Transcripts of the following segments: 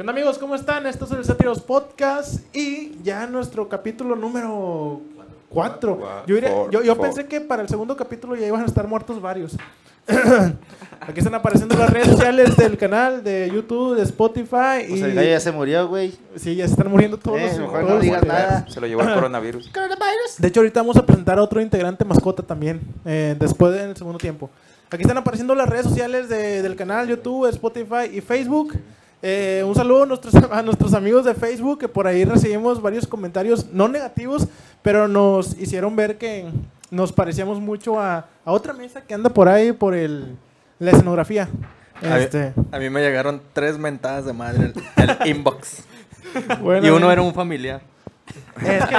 onda amigos? ¿Cómo están? Esto es el Sátiros Podcast y ya nuestro capítulo número 4. Yo, diría- Four, yo, yo four. pensé que para el segundo capítulo ya iban a estar muertos varios. Aquí están apareciendo las redes sociales del canal, de YouTube, de Spotify. Pues Y el gallo ya se murió, güey. Sí, ya se están muriendo todos. Eh, los- mejor todos no los digas integrantes. nada. Se lo llevó el coronavirus. De hecho, ahorita vamos a presentar a otro integrante mascota también, eh, después del segundo tiempo. Aquí están apareciendo las redes sociales de- del canal, YouTube, Spotify y Facebook. Eh, un saludo a nuestros, a nuestros amigos de Facebook, que por ahí recibimos varios comentarios, no negativos, pero nos hicieron ver que nos parecíamos mucho a, a otra mesa que anda por ahí por el, la escenografía. A mí- Este, A mí me llegaron tres mentadas de madre el, el inbox. bueno, y uno era un familiar. Es que,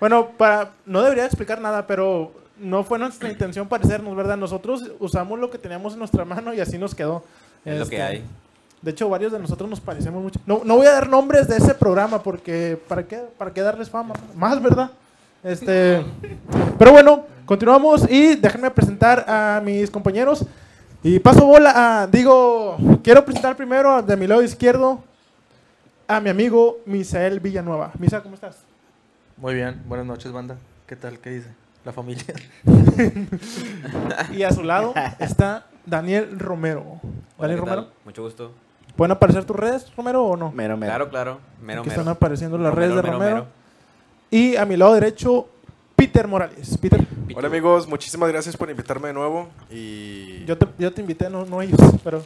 bueno, para, no debería explicar nada, pero no fue nuestra intención parecernos, ¿verdad? Nosotros usamos lo que teníamos en nuestra mano y así nos quedó. Es lo que Este, hay. De hecho, varios de nosotros nos parecemos mucho. No, no voy a dar nombres de ese programa porque ¿para qué, para qué darles fama? Más, ¿verdad? Este, pero bueno, continuamos y déjenme presentar a mis compañeros. Y paso bola a, digo, quiero presentar primero a- de mi lado izquierdo a mi amigo Misael Villanueva. Misa, ¿cómo estás? Muy bien, buenas noches, banda. ¿Qué tal? ¿Qué dice? La familia. Y a su lado está Daniel Romero. Hola, Daniel ¿qué tal? Romero. Mucho gusto. ¿Pueden aparecer tus redes, Romero, o no? Mero, mero. Claro, claro. Mero, Aquí mero. están apareciendo las redes de mero, Romero. mero. Y a mi lado derecho, Peter Morales. Peter, Pichu. Hola amigos, muchísimas gracias por invitarme de nuevo. Y yo te, yo te invité, no, no ellos, pero...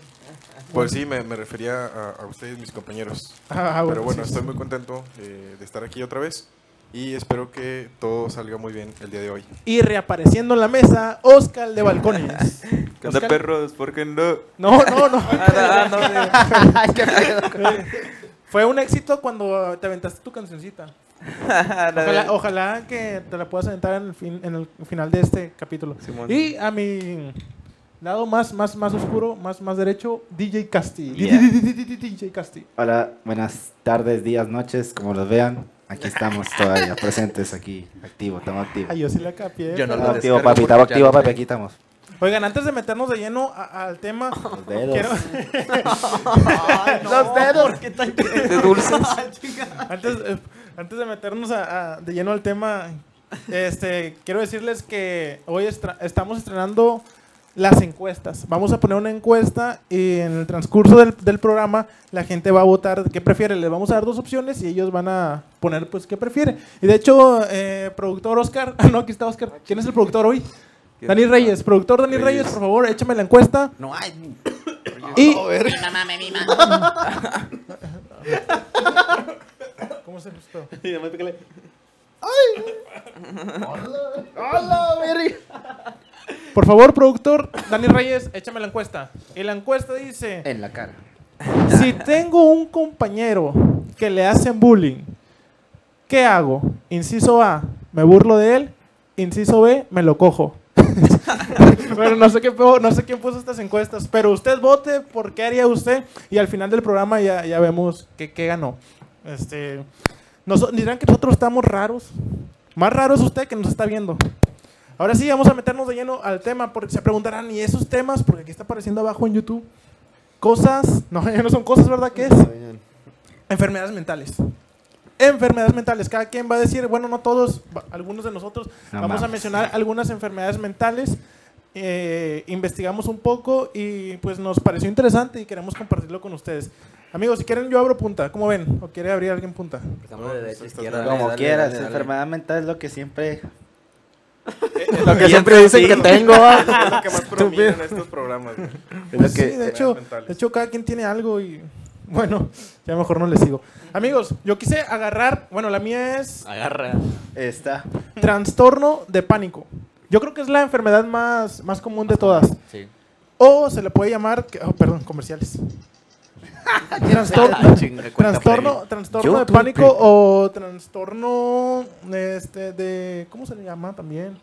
pues sí, me, me refería a, a ustedes, mis compañeros. Ah, Pero bueno, sí, estoy sí. muy contento eh, de estar aquí otra vez y espero que todo salga muy bien el día de hoy. Y reapareciendo en la mesa, Oscar de Balcones. ¿Qué onda, Oscar- perros? ¿Por qué no? No, no, no. Ah, no, no, sí. Ay, qué pedo. Fue un éxito cuando te aventaste tu cancioncita. Ojalá, ojalá que te la puedas aventar en el, fin- en el final de este capítulo. Simón. Y a mi lado más, más, más oscuro, más, más derecho, DJ Casti. Yeah. DJ Casti. Hola, buenas tardes, días, noches, como los vean. Aquí estamos todavía presentes, aquí, activo, estamos activos. Ay, yo sí la capié. Yo pero- no Estamos lo activos, descargo papi, porque estamos ya no activos, sé. papi, aquí estamos. Oigan, antes de meternos de lleno a- al tema, Los dedos. quiero, los dedos. ¿De dulces? antes, eh, antes de meternos a- a- de lleno al tema, este, quiero decirles que hoy estra- estamos estrenando las encuestas. Vamos a poner una encuesta y en el transcurso del, del programa la gente va a votar qué prefiere. Les vamos a dar dos opciones y ellos van a poner pues qué prefiere. Y de hecho, eh, productor Oscar, ah, no, aquí está Oscar. ¿Quién es el productor hoy? Dani Reyes, productor Dani Reyes, por favor, échame la encuesta. Pues, No hay. Y Mi mamá me mima. ¿Cómo se gustó? Hola, Mary. Por favor, productor Dani Reyes, échame la encuesta. Y la encuesta dice, En la cara. si tengo un compañero que le hacen bullying, ¿qué hago? Inciso A, me burlo de él. Inciso B, me lo cojo. bueno, no sé, qué, po- no sé quién puso estas encuestas, pero usted vote por qué haría usted y al final del programa ya, ya vemos qué, qué ganó. Este, noso- dirán que nosotros estamos raros. Más raro es usted que nos está viendo. Ahora sí, vamos a meternos de lleno al tema, porque se preguntarán, ¿y esos temas? Porque aquí está apareciendo abajo en YouTube. Cosas, no, ya no son cosas, ¿verdad? ¿Qué es? Enfermedades mentales. Enfermedades mentales. Cada quien va a decir, bueno, no todos, va- algunos de nosotros, No vamos a mames. mencionar algunas enfermedades mentales. Eh, investigamos un poco y pues nos pareció interesante y queremos compartirlo con ustedes. Amigos, si quieren yo abro punta, ¿cómo ven? ¿O quiere abrir alguien punta? Empezamos de derecha a izquierda. Como dale, quieras, dale, dale. enfermedad mental es lo que siempre. Lo que siempre dicen que tengo. Es lo que más prominan estos programas. güey. Es lo Pues sí, que. de hecho, mentales. de hecho, cada quien tiene algo y bueno, ya mejor no le sigo. Amigos, yo quise agarrar, bueno, la mía es Agarra. Está. trastorno de pánico. Yo creo que es la enfermedad más, más común de todas. Sí. O se le puede llamar, que- oh, perdón, comerciales. Ah, trastorno, chinga, cuenta trastorno, trastorno de YouTube. pánico o trastorno este, de, ¿cómo se le llama también?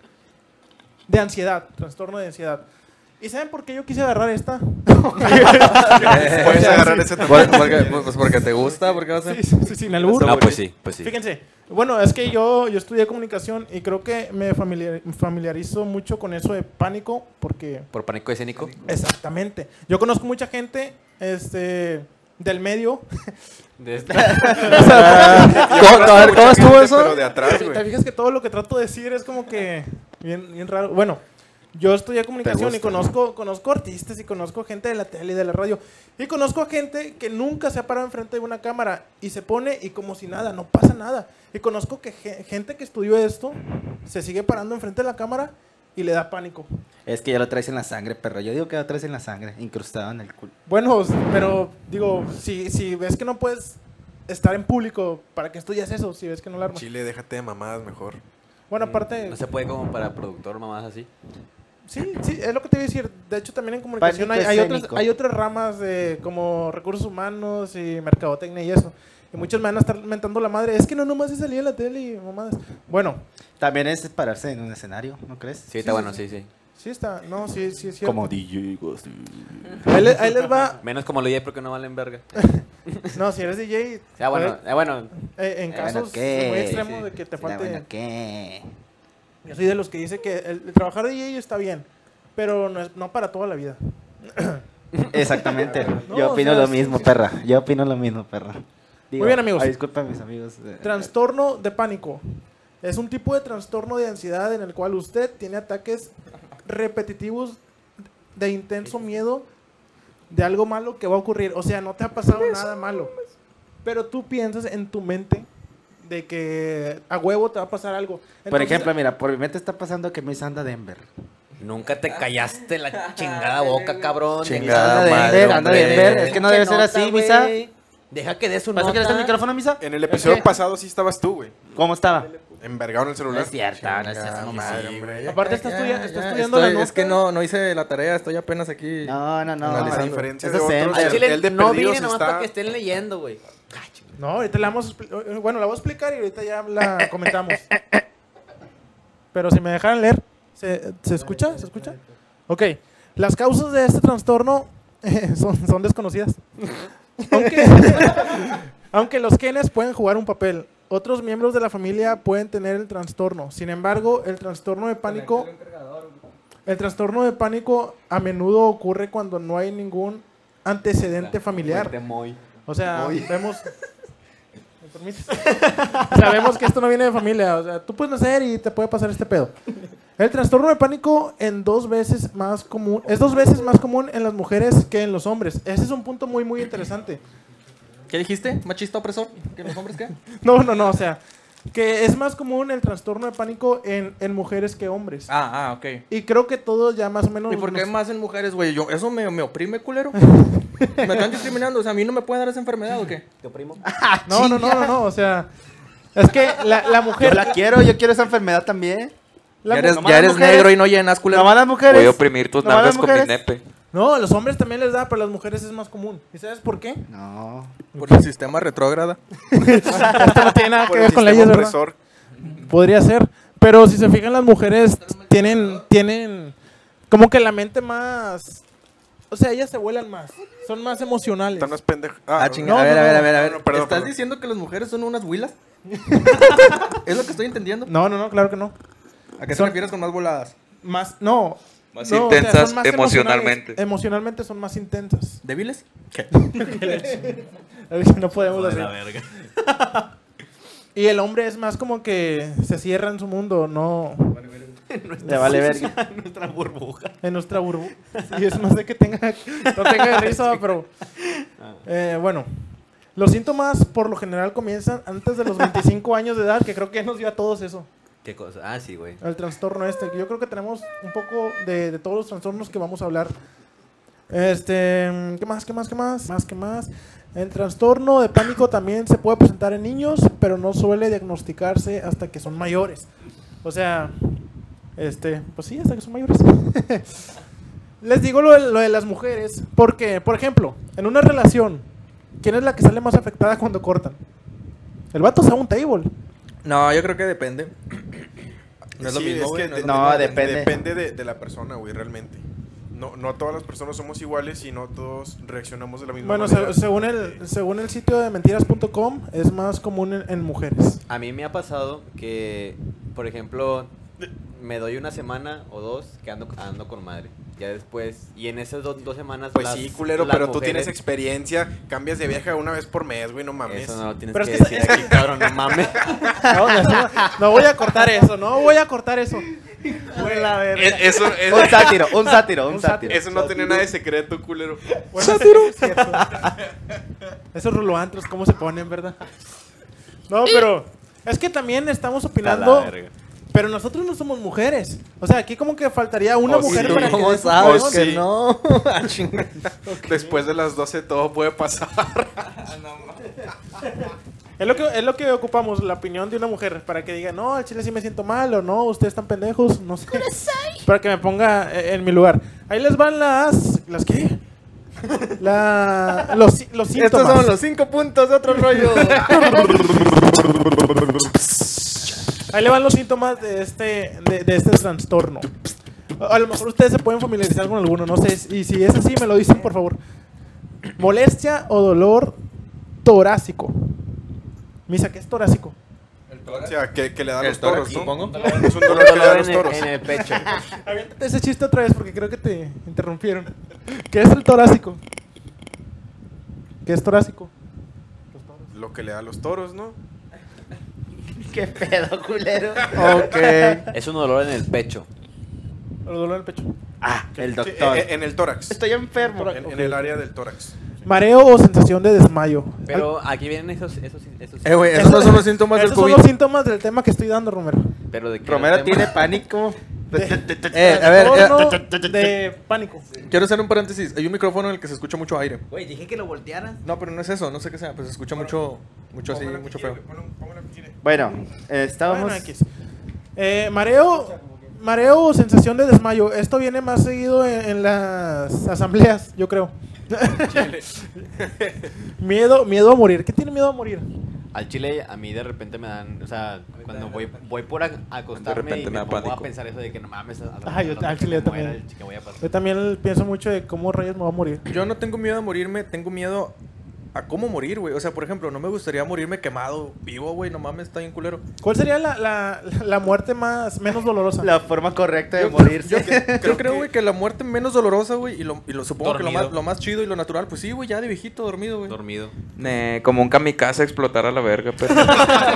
De ansiedad, trastorno de ansiedad. ¿Y saben por qué yo quise agarrar esta? Puedes agarrar ese Por- también. porque, pues porque te gusta, porque vas a... Sí, sí, sí, sin albur. No, pues sí, pues sí. Fíjense, bueno, es que yo, yo estudié comunicación y creo que me familiar- familiarizo mucho con eso de pánico, porque Por pánico escénico. exactamente. Yo conozco mucha gente este, del medio. De este esta- Yo conozco a ver, ¿cómo mucha estuvo gente, eso? Pero de atrás, ¿Te güey. fijas que todo lo que trato de decir es como que bien, bien raro? Bueno, yo estudié comunicación y gusta, ¿no? conozco, conozco artistas y conozco gente de la tele y de la radio. Y conozco a gente que nunca se ha parado enfrente de una cámara y se pone y como si nada, no pasa nada. Y conozco que ge- gente que estudió esto se sigue parando enfrente de la cámara y le da pánico. Es que ya lo traes en la sangre, perro. Yo digo que lo traes en la sangre, incrustado en el culo. Bueno, pero digo, si, si ves que no puedes estar en público, ¿para qué estudias eso? Si ves que no la armas. Chile, déjate de mamadas mejor. Bueno, aparte, No se puede como para productor mamás así. sí, sí, es lo que te iba a decir. De hecho, también en comunicación hay, Pánico hay otras, escénico. hay otras ramas de como recursos humanos y mercadotecnia y eso. Y muchos me van a estar mentando la madre. Es que no nomás es salir en la tele y mamadas. Bueno, También es pararse en un escenario, ¿no crees? Sí, está bueno, sí, sí. sí está. No, sí, sí es cierto. Como DJ, Ghost. Ahí, le- ahí les va. Menos como lo dije porque no valen verga. No, si eres DJ, O sea, bueno, eh, bueno, eh, en casos muy extremos de que te falte... ¿Qué? Yo soy de los que dice que el, el trabajar de DJ está bien, pero no, es, no para toda la vida. Exactamente. No, Yo o opino sea, lo sí, mismo, sí. perra. Yo opino lo mismo, perra. Digo, bien, amigos. ay, disculpa, mis amigos. eh, Trastorno de pánico. Es un tipo de trastorno de ansiedad en el cual usted tiene ataques repetitivos de intenso miedo de algo malo que va a ocurrir. O sea, no te ha pasado nada malo. Pero tú piensas en tu mente de que a huevo te va a pasar algo. Por Entonces, ejemplo, mira, por mi mente está pasando que Miss anda Denver. nunca te callaste la chingada boca, cabrón. Ah, Chingada Deja- madre, Deja- hombre. Deja- Es que no debe ser así, güey. Misa. Deja que des su ¿Pasa que le está el nota. micrófono, Misa? En el episodio qué? pasado sí estabas tú, güey. ¿Cómo estaba? Envergado en el celular. No es cierto, no es Chingada cierto, madre, sí, hombre. güey. Aparte está estudia- está estudiando estoy- la Es que nota. no, no hice la tarea, estoy apenas aquí. No, no, no. Analizando. Eso A diferencia es de otros, Denver. Al el- chile el de no perdidos vine nomás está- para que estén leyendo, güey. Ay, chingada. No, ahorita la vamos a expli- eh, Bueno, la voy a explicar y ahorita ya la comentamos. Pero si me dejaran leer, ¿se, se escucha? ¿Se escucha? Ok. Las causas de este trastorno eh, son, son desconocidas. Aunque, aunque los genes pueden jugar un papel, otros miembros de la familia pueden tener el trastorno. Sin embargo, el trastorno de pánico. El trastorno de pánico a menudo ocurre cuando no hay ningún antecedente familiar. O sea, vemos. ¿Me permites? Sabemos que esto no viene de familia. O sea, tú puedes nacer y te puede pasar este pedo. El trastorno de pánico en dos veces más común, es dos veces más común en las mujeres que en los hombres. Ese es un punto muy, muy interesante. ¿Qué dijiste? ¿Machista opresor? ¿Que los hombres qué? No, no, no, o sea, que es más común el trastorno de pánico en, en mujeres que hombres. Ah, ah, ok. Y creo que todos ya más o menos... ¿Y por qué nos- más en mujeres, güey? Yo, eso me, me oprime, culero. me están discriminando. O sea, ¿a mí no me puede dar esa enfermedad o qué? ¿Te oprimo? No, no, no, no, no, o sea, es que la, la mujer... Yo la quiero, yo quiero esa enfermedad también. la ya mu- eres, nomás ya las eres mujeres- negro y no llenas, culero. Nomás las mujeres. oprimir tus Nomás las nalgas con mi mujeres. nepe. No, a los hombres también les da, pero a las mujeres es más común. ¿Y sabes por qué? No. Por el sistema retrógrada. Esto no tiene nada Ah, que ver con Por el sistema leyes, ¿verdad? opresor. Podría ser. Pero si se fijan, las mujeres tienen, tienen como que la mente más... O sea, ellas se vuelan más. Son más emocionales. Están más pendejos. Ah, no, chingada. no, a ver, no, a ver, no, a ver, a no, ver. no, perdón, ¿Estás perdón. diciendo que las mujeres son unas huilas? ¿Es lo que estoy entendiendo? No, no, no, claro que no. ¿A qué te Son- refieres con más voladas? Más, no. Más no, o sea, intensas son más emocionalmente. emocionales. Emocionalmente son más intensas. ¿Débiles? ¿Qué? no podemos decir. Y el hombre es más como que se cierra en su mundo, no Le vale verga. Nuestra burbuja. en nuestra burbuja. Y es más de que tenga, no tenga risa, pero eh, bueno. Los síntomas por lo general comienzan antes de los 25 años de edad, que creo que nos dio a todos eso. ¿Qué cosa? Ah, sí, güey. el trastorno este. que Yo creo que tenemos un poco de, de todos los trastornos que vamos a hablar. Este, ¿qué más? ¿Qué más? ¿Qué más? Más que más. El trastorno de pánico también se puede presentar en niños, pero no suele diagnosticarse hasta que son mayores. O sea, este, pues sí, hasta que son mayores. Les digo lo de, lo de las mujeres, porque, por ejemplo, en una relación, ¿quién es la que sale más afectada cuando cortan? El vato se va a un table. No, yo creo que depende. No es lo Sí, mismo, güey, que no es de- lo no, mismo, depende. Depende de, de la persona, güey, realmente. No, no todas las personas somos iguales y no todos reaccionamos de la misma Bueno, se- manera. según, el, según el sitio de mentiras.com, es más común en, en mujeres. A mí me ha pasado que, por ejemplo, me doy una semana o dos que ando, ando con madre. Ya después, y en esas dos, dos semanas. Pues las- sí, culero, las pero tú tienes mujeres- experiencia. Cambias de vieja una vez por mes, güey, no mames. Eso no lo tienes Pero que es que decir aquí, cabrón, no mames. No, no, no voy a cortar eso, no voy a cortar eso. Güey, la verga. E- Eso, eso- Un sátiro, un sátiro, un Un sátiro. eso no tiene nada de secreto, culero. Bueno, es cierto. Esos ruloantros, ¿cómo se ponen, verdad? No, pero es que también estamos opinando, pero nosotros no somos mujeres. O sea, aquí como que faltaría una Oh, sí, mujer tú para que... ¿Cómo dé su- sabes Oh, que sí. no? Ah, chinga. Después de las 12 todo puede pasar. Es lo, que, es lo que ocupamos, la opinión de una mujer, para que diga, no, al chile sí me siento mal, o no, ustedes están pendejos, no sé. Para que me ponga eh, en mi lugar. Ahí les van las... ¿Las qué? La, los, Estos los síntomas. son los cinco puntos de otro rollo. Ahí le van los síntomas de este, de, de este trastorno. A a lo mejor ustedes se pueden familiarizar con alguno, no sé. Y si es así, me lo dicen, por favor. Molestia o dolor torácico. Misa, ¿qué es torácico? O sea, que, que le dan El los toros, tórax, ¿no? supongo. Es un dolor que le Dolor dan los en el, toros. en el pecho. Aviéntate ese chiste otra vez porque creo que te interrumpieron. ¿Qué es el torácico? ¿Qué es torácico? Lo que le dan los toros, ¿no? Qué pedo, culero. Ok. Es un dolor en el pecho. O dolor en el pecho. Ah, el Sí, doctor. eh, eh, en el tórax. Estoy enfermo. En, en el área del tórax. Mareo o sensación de desmayo. Pero aquí vienen esos. esos, esos Eh, güey, Eso- esos son los síntomas del Esos son COVID. los síntomas del tema que estoy dando, Romero. pero de que Romero los tiene temas- pánico. Eh, a ver, eh, Trastorno de pánico. quiero hacer un paréntesis. Hay un micrófono en el que se escucha mucho aire. Güey, dije que lo voltearas. No, pero no es eso, no sé qué sea, pues se escucha mucho, mucho así, Póngala mucho aquí, feo. ponlo- póngala aquí. Bueno, eh, estábamos. Bueno, X. Eh, mareo, mareo o sensación de desmayo. Esto viene más seguido en, en las asambleas, yo creo. miedo, miedo a morir. ¿Qué tiene miedo a morir? Al chile a mí de repente me dan, o sea, cuando voy, voy por a- acostarme repente y me me da pongo pánico. a pensar eso de que no mames, al rato- Ah, yo- al rato al que chile me yo muera, también. el chico voy a pasar. Yo también pienso mucho de cómo rayos me va a morir. Yo no tengo miedo a morirme, tengo miedo a cómo morir, güey. O sea, por ejemplo, no me gustaría morirme quemado, vivo, güey, no mames, está bien culero. ¿Cuál sería la, la- la muerte más menos dolorosa? La forma correcta de Yo- morirse. Yo creo, güey, que la muerte menos dolorosa, güey, y lo, y lo supongo que lo Dormido. más, lo más chido y lo natural, pues sí, güey, ya de viejito dormido, güey. Dormido. Eh, como un kamikaze explotar a la verga, pero. Ah,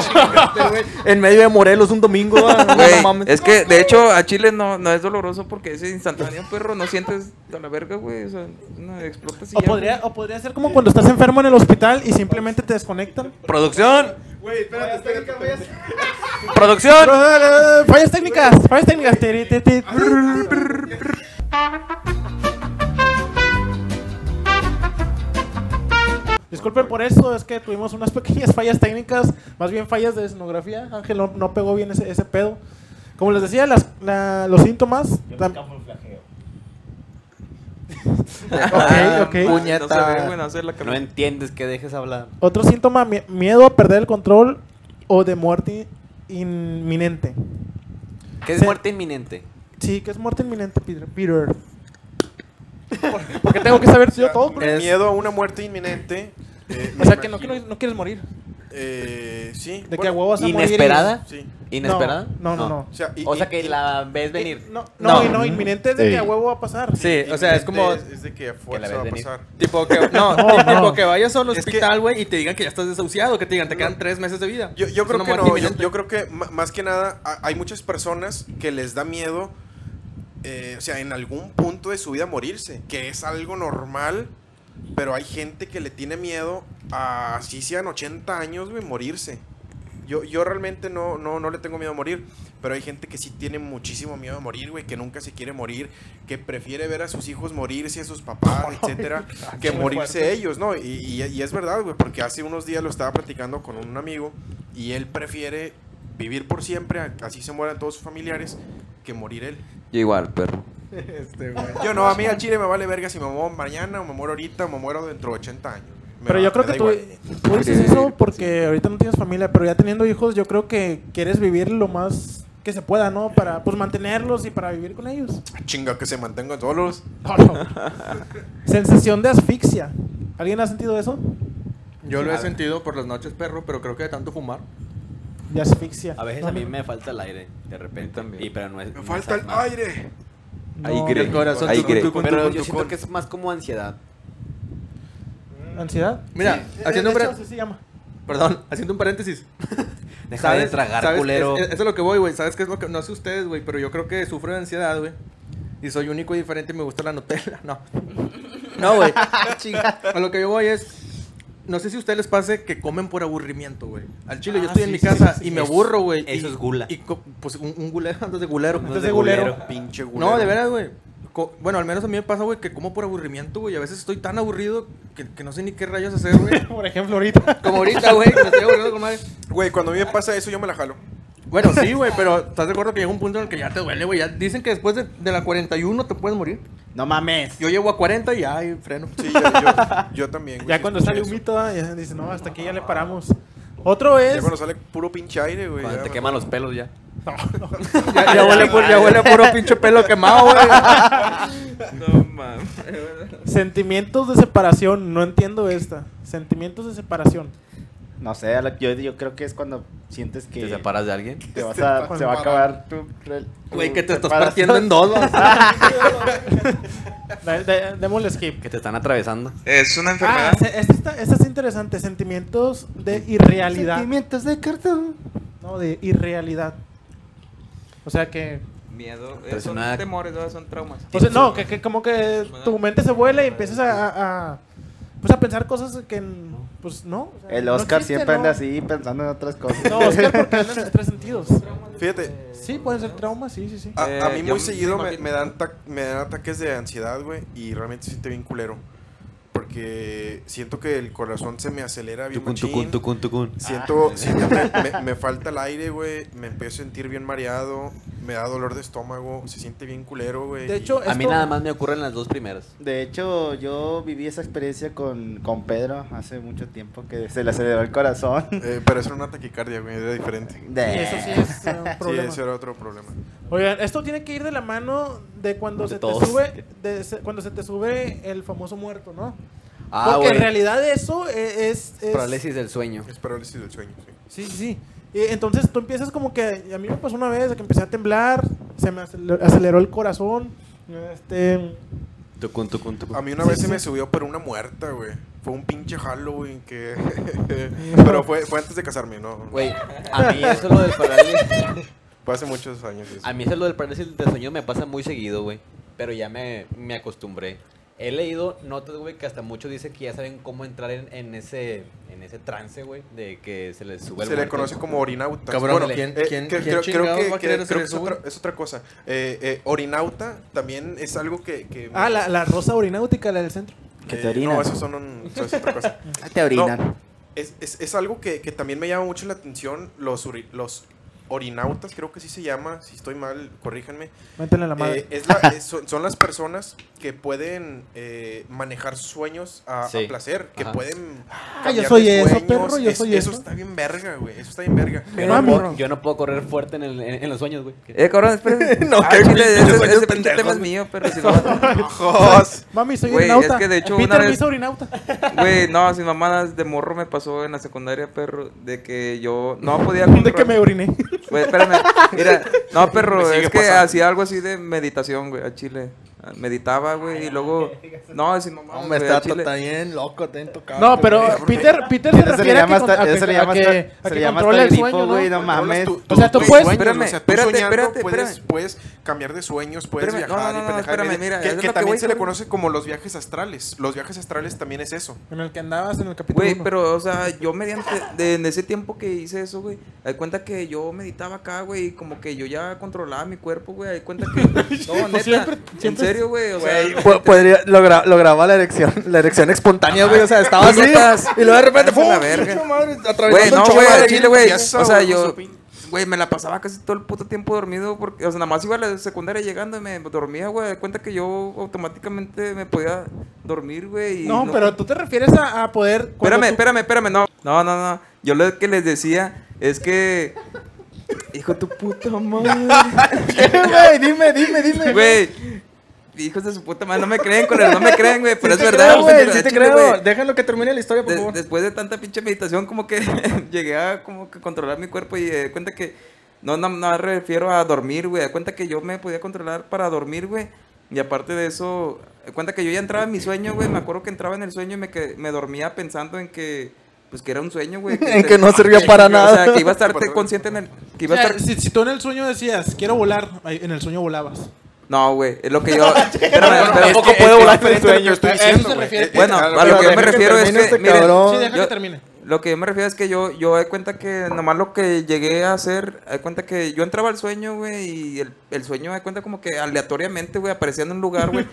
en medio de Morelos un domingo, ah, no, Güey, no mames. es que de hecho a Chile no, no es doloroso porque es instantáneo, perro. No sientes a la verga, güey. O sea, no, explotas y O ya, podría, o podría ser como cuando estás enfermo en el hospital y simplemente te desconectan. güey. Producción, Güey, espérate, espérate. espérate. producción. Fallas técnicas, fallas técnicas. Tiri, tiri, tiri. Disculpen por esto, es que tuvimos unas pequeñas fallas técnicas, más bien fallas de escenografía. Ángel no, no pegó bien ese, ese pedo. Como les decía, las, la- los síntomas. tam- Ah, ok, ok. No se ve, güey, no sé la No cámara. entiendes que dejes hablar. Otro síntoma, mie- miedo a perder el control o de muerte inminente. ¿Qué es Sí. muerte inminente? Sí, que es muerte inminente, Peter. Peter. Porque tengo que saber yo todo. Por Miedo a una muerte inminente. eh, O me sea, que no, que imagino. no, no quieres morir. Eh, sí. De que a bueno, huevo vas a morir. y- ¿Inesperada? Sí. ¿Inesperada? No, no, no. O sea, y- O y- sea que y- la ves venir. Eh, No, no, No. y no, inminente es de que Sí. a huevo va a pasar. Sí, o sea, es como Es, es de que a fuerza ves va a venir. pasar. tipo que no, No, tipo no. que vayas al Es que- hospital, güey, y te digan que ya estás desahuciado, que te digan te quedan tres meses de vida. Yo, yo Es creo una que muerte no, yo, inminente. yo creo que ma- más que nada ha- hay muchas personas que les da miedo, eh, o sea, en algún punto de su vida morirse, que es algo normal, pero hay gente que le tiene miedo a, así sean 80 años, güey, morirse. Yo, yo realmente no, no, no le tengo miedo a morir, pero hay gente que sí tiene muchísimo miedo a morir, güey, que nunca se quiere morir, que prefiere ver a sus hijos morirse, a sus papás, etcétera, que morirse ellos, ¿no? Y, y- y es verdad, güey, porque hace unos días lo estaba platicando con un amigo y él prefiere vivir por siempre, a- así se mueran todos sus familiares, que morir él. Yo igual, perro. Yo no, a mí al chile me vale verga si me muero mañana o me muero ahorita o me muero dentro de 80 años. Me Pero va- yo creo me que da tú, igual. tú dices eso porque ahorita no tienes familia, pero ya teniendo hijos, yo creo que quieres vivir lo más que se pueda, ¿no? Para pues mantenerlos y para vivir con ellos. Ah, Chinga, que se mantengan solos. No, no. Sensación de asfixia. ¿Alguien ha sentido eso? Yo lo he sentido por las noches, perro, pero creo que de tanto fumar. De asfixia. A veces No, a mí no. me falta el aire, de repente. también. Y pero no es. Me no falta es el asma. aire. Ahí No, cree. el corazón, Ahí tu- cree. tu- tu- Pero con yo siento con- que es más como ansiedad. ¿Ansiedad? Mira, haciendo un De par- hecho, así se llama. Perdón, haciendo un paréntesis. Deja de tragar, culero. Es- es- eso es lo que voy, güey. ¿Sabes qué es lo que.? No sé ustedes, güey, pero yo creo que sufro de ansiedad, güey. Y soy único y diferente y me gusta la Nutella. No. No, güey. A lo que yo voy es. No sé si a ustedes les pase que comen por aburrimiento, güey. Al chile, yo Ah, estoy en sí, mi sí, casa sí, y sí. me aburro, güey. Eso y- es gula. Y co- pues un, un gulero, andas de gulero. Andas de gulero. Pinche No, de veras, güey. Co- Bueno, al menos a mí me pasa, güey, que como por aburrimiento, güey. A veces estoy tan aburrido que, que no sé ni qué rayos hacer, güey. Por ejemplo, ahorita. Como ahorita, güey, que me estoy aburrido con madre. Güey, cuando a mí me pasa eso, yo me la jalo. Bueno, sí, güey, pero ¿estás de acuerdo que llega un punto en el que ya te duele, güey? Ya dicen que después de, de la 41 te puedes morir. No mames. Yo llevo a 40 y ya, ay, freno. Sí, yo, yo- yo también, güey. Ya sí cuando escuché sale eso. humito, ah, ya dice, no, hasta aquí ya le paramos. Otro es. Ya cuando sale puro pinche aire, güey. Cuando ya te me- queman los pelos ya. Ya, ya huele, pu- ya huele a puro pinche pelo quemado, güey. No mames. Sentimientos de separación. No entiendo esta. Sentimientos de separación. No sé, a la- yo, yo creo que es cuando sientes que ¿Te separas de alguien? te vas a- se va a acabar tu... rel- Güey, tu que te estás separación. partiendo en dos, güey. Da- da- Démosle skip. Que te están atravesando. Es una Ah, enfermedad. se- esta, está- esta es interesante. Sentimientos de irrealidad. Sentimientos de cartón. No, de irrealidad. O sea que. Miedo. eh, Es son una- temores, ¿verdad? son traumas. O sea, no, que, que como que tu mente se vuela y empiezas a, a- a, pues a pensar cosas que. n- Pues no. o sea, El no Oscar existe, siempre no. anda así pensando en otras cosas. No, Oscar, porque andan en tres sentidos. Fíjate, Sí, pueden ser traumas, sí, sí, sí. a, a Eh, mí yo muy seguido me me, imagino- me dan ta- me dan ataques de ansiedad, güey. Y realmente se siente bien culero. Porque siento que el corazón se me acelera bien Tucun, machín. tucun, tucun, tucun. Ah. Siento, siento que me, me falta el aire, güey. Me empiezo a sentir bien mareado. Me da dolor de estómago. Se siente bien culero, güey. De y- hecho, A mí esto- nada más me ocurren las dos primeras. De hecho, yo viví esa experiencia con, con Pedro hace mucho tiempo que se le aceleró el corazón. em, eh, pero eso era una taquicardia, güey. Era diferente. De- Eso sí es eh, un Sí, problema. ese era otro problema. Oigan, esto tiene que ir de la mano de cuando De se todos. te sube, de se- cuando se te sube el famoso muerto, ¿no? Ah, Porque güey. en realidad eso e- es, es- Parálisis del sueño. Es parálisis del sueño, sí. Sí, sí, sí. Y entonces tú empiezas como que a mí me pasó una vez de que empecé a temblar, se me aceler- aceleró el corazón, este, Tucun, tucun, tucun. A mí una Sí, vez se sí. me subió pero una muerta, güey. Fue un pinche Halloween que... pero fue, fue antes de casarme, ¿no? Güey, a mí eso es lo del parálisis. Fue hace muchos años eso. A mí eso lo del parálisis del sueño me pasa muy seguido, güey. Pero ya me, me acostumbré. He leído notas, güey, que hasta muchos dicen que ya saben cómo entrar en, en ese en ese trance, güey, de que se les sube el Se le muerto. conoce como orinauta. eh, Cabrón, ¿quién- quién- creo, quién creo- creo chingados que, va a que- querer hacer creo que es, eso, otra, güey? es otra cosa. Eh, eh, orinauta también es algo que... que- ah, la, la rosa orináutica, la del centro. Que eh, te orinan. Ah, No, eso son un- eso es otra cosa. Te orinan. Es, es- es algo que, que también me llama mucho la atención. Los, ori- los orinautas, creo que sí se llama. Si estoy mal, corríjanme. Métele la madre. Eh, es la- es- son, son las personas que pueden eh, manejar sus sueños a, a Sí. placer, que Ajá. pueden. Ah, yo cambiar soy de eso, perro, yo soy eso. está bien verga, güey. Eso está bien verga. Yo Mami. no, puedo, yo no puedo correr fuerte en, el- en- en los sueños, güey. Eh, cabrón, espérense. no, qué chile, pinches ese, sueños ese pinche pendejos, tema es güey. mío, pero si no. ¡Ojos! Mami, soy güey, orinauta. es que de hecho Peter una me vez- hizo orinauta. Güey, no, sin mamadas de morro me pasó en la secundaria, perro, de que yo no podía ¿Dónde que controlar- me oriné? Güey, espérame. Mira, no, Me perro, sigue es que pasando. hacía algo así de meditación, güey, a Chile. ah, Meditaba, güey, y luego. No, sin mamá. Hombre, está está bien loco, te han Ah, tocado. No, pero Peter, Peter se Eso se le refiere a que, llama con- hasta- a que- eso se le a llama que- hasta- a se que le llama controla el hasta el grifo, sueño, ¿no? güey, no Controlas mames. tu- O sea, tus- tú tus puedes- sueños, espérame, o sea, tú espérate, soñando espérate, puedes, espérame. puedes cambiar de sueños, puedes Espérame, no, viajar no, y no, pendejadas. espérame, mira, que, es que lo que también voy, se le güey. conoce como los viajes astrales. Los viajes astrales también es eso. En el que andabas en el capítulo Güey, uno. pero, o sea, yo mediante. de- en ese tiempo que hice eso, güey, hay cuenta que yo meditaba acá, güey, y como que yo ya controlaba mi cuerpo, güey, hay cuenta que. No, neta. siempre- En siempre- serio, güey, o sea. podría, lo, gra- lo grababa la erección, la erección espontánea, güey. O sea, estaba así. y luego de repente, Hasta ¡fum! la verga. ¡Puta madre! Güey, Atravesando no, un güey, chaval al ahí. chile, güey. O Eso, sea, güey, yo, su pin- güey, me la pasaba casi todo el puto tiempo dormido. Porque, o sea, nada más iba a la secundaria llegando y me dormía, güey. De cuenta que yo automáticamente me podía dormir, güey. y No, pero tú te refieres a, a poder... cuando Espérame, tú- espérame, espérame, no. No, no, no. Yo lo que les decía es que. Hijo de tu puta madre. Güey, dime, dime, dime. Güey. Hijos de su puta madre, no me creen, culero, no me creen, güey, pero Sí es te verdad. creo, güey, al sí te chile, güey. creo. Déjalo que termine la historia, por De- favor. después de tanta pinche meditación, como que llegué a como que controlar mi cuerpo y eh, cuenta que no, no, no me refiero a dormir, güey. de Cuenta que yo me podía controlar para dormir, güey. Y aparte de eso, eh, cuenta que yo ya entraba en mi sueño, güey. Me acuerdo que entraba en el sueño y me, que, me dormía pensando en que, pues que era un sueño, güey. En que no servía para O sea, nada. que iba a estar consciente en el... Que iba a O sea, estar... si, si tú en el sueño decías, quiero volar, ahí en el sueño volabas. No, güey, es lo que yo... Pero, pero- Tampoco es que- puede es que volar es en el diferente a lo que sueño. estoy A eso diciendo, se güey. refiere. Eh, eh, Bueno, a pero lo que yo me deja refiero es termine que, este miren, cabrón. Sí, deja yo- que termine. Lo que yo me refiero es que yo, yo de cuenta que nomás lo que llegué a hacer, de cuenta que yo entraba al sueño, güey, y el, el sueño, de cuenta como que aleatoriamente, güey, aparecía en un lugar, güey.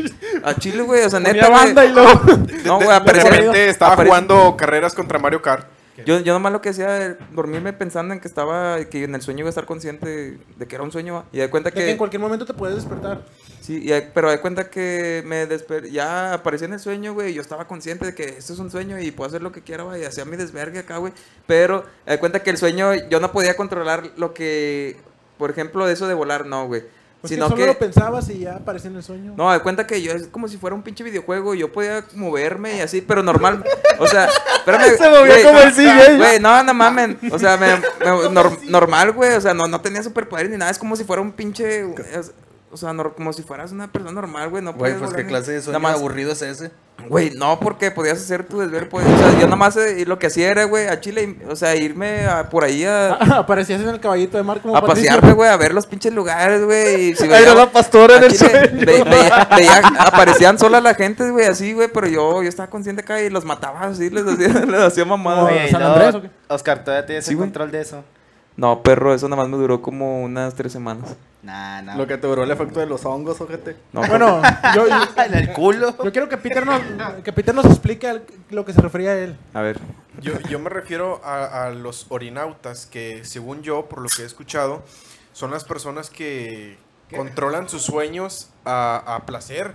A Chile, güey, o sea, neta, Ponía banda güey. y luego... No, de- güey, de aparecía- repente estaba aparecía- jugando carreras contra Mario Kart. Yo, yo nomás lo que hacía era dormirme pensando en que estaba, que en el sueño iba a estar consciente de que era un sueño, va. y de cuenta de que en que... cualquier momento te puedes despertar. Pues Sí, y de- pero de cuenta que me desper... ya aparecía en el sueño, güey, y yo estaba consciente de que esto es un sueño y puedo hacer lo que quiera, güey, y hacía mi desvergue acá, güey. Pero de cuenta que el sueño, yo no podía controlar lo que, por ejemplo, de eso de volar, no, güey. Pues que sino solo que, lo pensabas y ya aparecía en el sueño. no, de cuenta que yo es como si fuera un pinche videojuego, yo podía moverme y así, pero normal, o sea, espérame, Se movió güey, como el CJ. Güey, no, no mamen. O sea, me, me- nor- normal, güey. O sea, no, no tenía superpoderes ni nada. Es como si fuera un pinche. es- o sea, nor- como si fueras una persona normal, güey. No Güey, podías pues volar qué ni- clase de sueño nada más- aburrido es ese. Güey, no, porque podías hacer tu desver. pues, o sea, yo nada más eh, lo que hacía era, güey, a Chile. O sea, irme a- por ahí a, aparecías en el caballito de mar como a Patricio. pasearme, güey, a ver los pinches lugares, güey. y si Ahí veía- era la pastora en a el Chile, sueño. ve- veía- veía- aparecían solas la gente, güey, así, güey. Pero yo, yo estaba consciente acá y los mataba así, les hacía, les hacía mamada. Oye, Oye, ¿San no, Andrés o qué? Oscar, todavía tienes Sí, el güey. control de eso. No, perro, eso nada más me duró como unas tres semanas. Nah, nah. Lo que te duró el efecto de los hongos, ojete. No, Bueno, yo, yo, En el culo. yo quiero que Peter nos, que Peter nos explique al- lo que se refería a él. a ver. Yo, yo me refiero a, a los orinautas, que según yo, por lo que he escuchado, son las personas que controlan sus sueños a, a placer.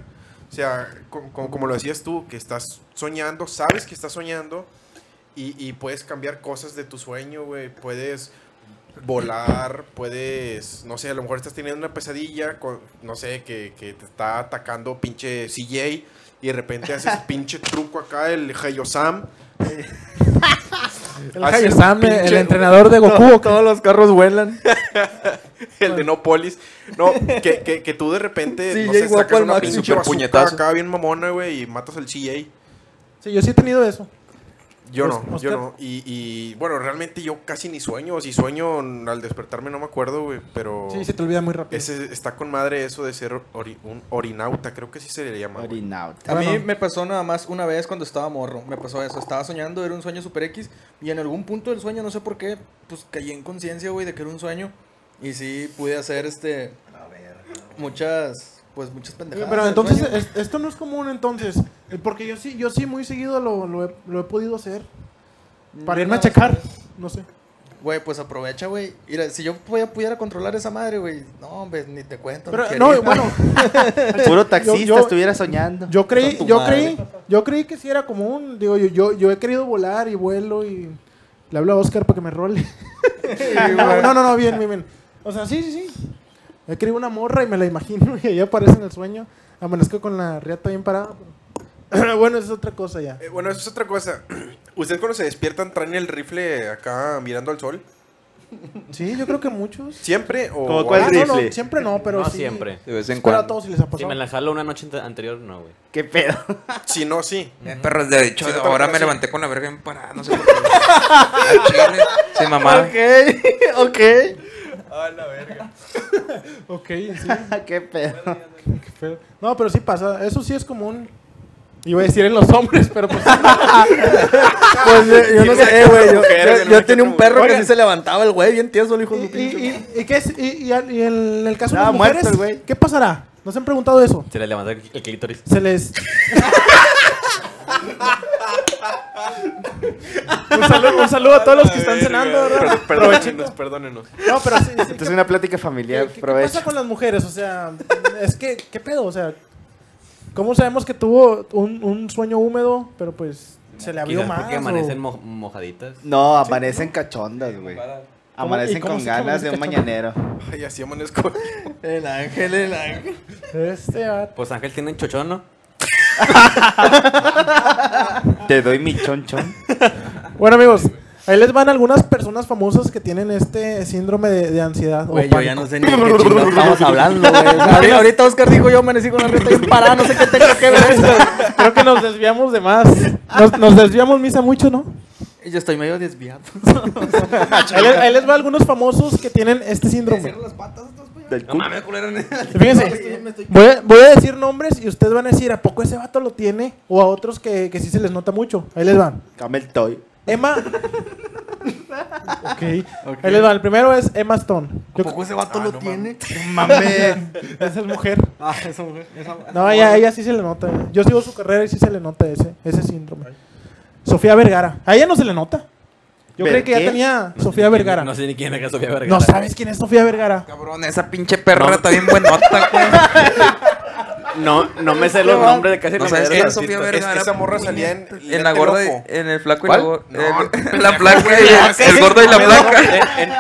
O sea, co- co- como lo decías tú, que estás soñando, sabes que estás soñando y, y puedes cambiar cosas de tu sueño, güey. Puedes volar, puedes, no sé, a lo mejor estás teniendo una pesadilla, con, no sé, que, que te está atacando pinche CJ y de repente haces pinche truco acá, el Hayosam. El Hace Hayasam, Ah, pinche- el entrenador de Goku. ¿o qué? Todos los carros vuelan. El de No Polis. No, que, que, que tú de repente Sí, no ya sé, igual sacas cual una Maxi, pinche super puñetada puñetazo. acá bien mamona, güey, y matas al CJ. Sí, yo sí he tenido eso. Yo Os- no, yo Oscar. no. Y, y, bueno, realmente yo casi ni sueño. o Si sueño n- al despertarme no me acuerdo, güey, pero... Sí, se te olvida muy rápido. Oh, Ese está con madre eso de ser ori- un orinauta, creo que sí se le llama. güey. Orinauta. A Ahora mí no. me pasó nada más una vez cuando estaba morro. Me pasó eso. Estaba soñando, era un sueño super X. Y en algún punto del sueño, no sé por qué, pues caí en conciencia, güey, de que era un sueño. Y sí pude hacer este. Muchas. Pues muchas pendejadas. Pero del entonces, sueño. es- esto no es común entonces. eh, Porque yo sí, yo sí muy seguido lo, lo he, lo he podido hacer. eh, Para irme a No, checar. No sé. Güey, pues aprovecha, güey. Mira, si yo pudiera, pudiera controlar esa madre, güey. No, hombre, ni te cuento. Pero, querido. no, bueno, Puro taxista yo- estuviera soñando. yo creí, Con tu yo madre. creí, yo creí que sí era común. Digo, yo, yo, yo he querido volar y vuelo y le hablo a Oscar para que me role. no, no, no, no, bien, bien, bien. O sea, sí, sí, sí. He querido una morra y me la imagino y ella aparece en el sueño. Amanezco con la riata bien parada. bueno, esa es otra cosa ya. Eh, bueno, eso es otra cosa. ¿Ustedes cuando se despiertan traen el rifle acá mirando al sol? Sí, yo creo que muchos. ¿Siempre? ¿O ¿Cómo cuál Ah, rifle? no, no, siempre no, pero no sí. Pues siempre. De vez en Pero a cuando. todos sí les ha Si pasado. me la jalo una noche ante- anterior, no, güey. ¿Qué pedo? Si no, sí. Eh, perros, de hecho, Sí, no te ahora lo me creo, levanté con la verga bien parada, no sé por qué. Al chile, Sí, mamá. Ok, ok. Ok, sí, ¿Qué pedo? qué feo. No, pero sí pasa. Eso sí es común. Iba a decir en los hombres, pero pues. Pues eh, yo no sé, eh, güey. Yo, Mujeres, yo- no yo me tenía un quiero perro que Oigan. sí se levantaba el güey, bien tieso el hijo de ¿Y, su pinche. y, y, y qué es? ¿Y, y al- y en el caso de Estaba las mujeres? muerto el güey. ¿Qué pasará? ¿Nos han preguntado eso? Se le levanta el el clítoris. Se les. un, saludo, un saludo a todos los que están cenando, ¿verdad? Per- Perdónenos, perdónenos. No, pero sí. sí, Entonces ¿qué- una plática ¿Qué, familiar, qué- qué provecho. pasa con las mujeres? O sea, es que, ¿qué pedo? O sea, ¿cómo sabemos que tuvo un, un sueño húmedo, pero pues se le abrió Quizás más? porque o- amanecen mo- mojaditas. No, amanecen cachondas, güey. ¿Y Amanecen cómo con se llama ganas ese de un cachón? mañanero. Ay, así amanezco. El ángel, el ángel. Este vato. Pues Ángel tiene chochón, ¿no? Te doy mi chonchón. Bueno, amigos, Ahí les van algunas personas famosas que tienen este síndrome de, de ansiedad. o Güey, yo pánico. ya no sé ni de qué chingados estamos hablando, güey. Ahorita- Ahorita Oscar dijo, yo amanecí con la reta bien parada, no sé qué tengo que ver esto. Creo que nos desviamos de más. Nos, nos desviamos, Misa, mucho, ¿no? Yo estoy medio desviado. Ahí les, ahí les va algunos famosos que tienen este síndrome. Del culo. Fíjense, voy a, voy a decir nombres y ustedes van a decir, ¿a poco ese vato lo tiene? O a otros que, que sí se les nota mucho. Ahí les van. Camel Toy. Emma. ok. Ahí les va. El primero es Emma Stone. Yo- ese vato lo tiene? esa es mujer. Ah, esa mujer. esa- No, a ella, a ella sí se le nota. güey. Yo sigo su carrera y sí se le nota ese, ese síndrome. Sofía Vergara. A ella no se le nota. Yo ¿Ver creí que ya qué? tenía Sofía Vergara. No sé ni quién es Sofía Vergara. No sabes quién es Sofía Vergara. Cabrón, esa pinche perra está bien buenota, güey. No, no me sé los nombres de casi No la sabes mayoría quién de es los Sofía artistas. Vergara. esa morra salía en En la Lete gorda, y- Loco. en el flaco y la gorda. No, en la flaca y el gordo y la flaca. En- en-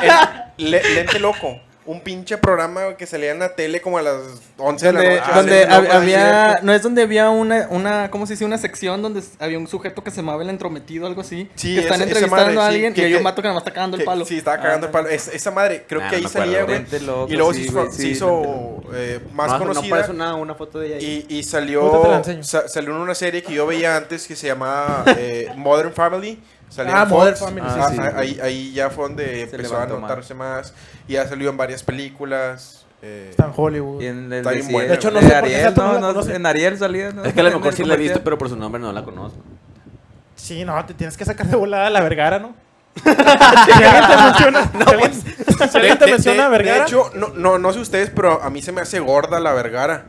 en Le- Lente Loco. Un pinche programa que salía en la tele como a las 11 de la Donde, noche. donde Lente Loco, hab- había, así no es donde había una, una, ¿cómo se dice? Una sección donde s- había un sujeto que se llamaba el entrometido, algo así. Sí, que están esa- esa entrevistando madre, a sí, alguien que- y hay un que- mato que nada más está cagando de- el que- palo. Sí, estaba cagando el palo. Es- esa madre, creo Ah, que no ahí me acuerdo, salía, güey. Lente Loco, Y luego sí, se güey, hizo, se sí, hizo eh, más No, No conocida. parece una, una foto de ella. ahí. Y, y salió, Ahorita te la enseño. sa- salió en una serie que yo veía antes que se llamaba eh, Modern Family. Salió Ah, en Modern Fox. Family, Ah, sí, sí. ah, Ahí, ahí ya fue donde empezó a levantó más. notarse más. Y ha salido en varias películas. eh, Está en Hollywood. Y en el Está bien buena. desierto. De hecho, no De sé por qué esa Ariel, tú no no, la no, conoces. en Ariel salía. ¿no? Es que a lo En mejor el sí la he visto, comercial. pero por su nombre no la conozco. Sí, no, te tienes que sacar de volada a la Vergara, ¿no? Si alguien te menciona, no, si alguien te de- de- menciona a de Vergara, hecho, no, no, no sé ustedes, pero a mí se me hace gorda la Vergara.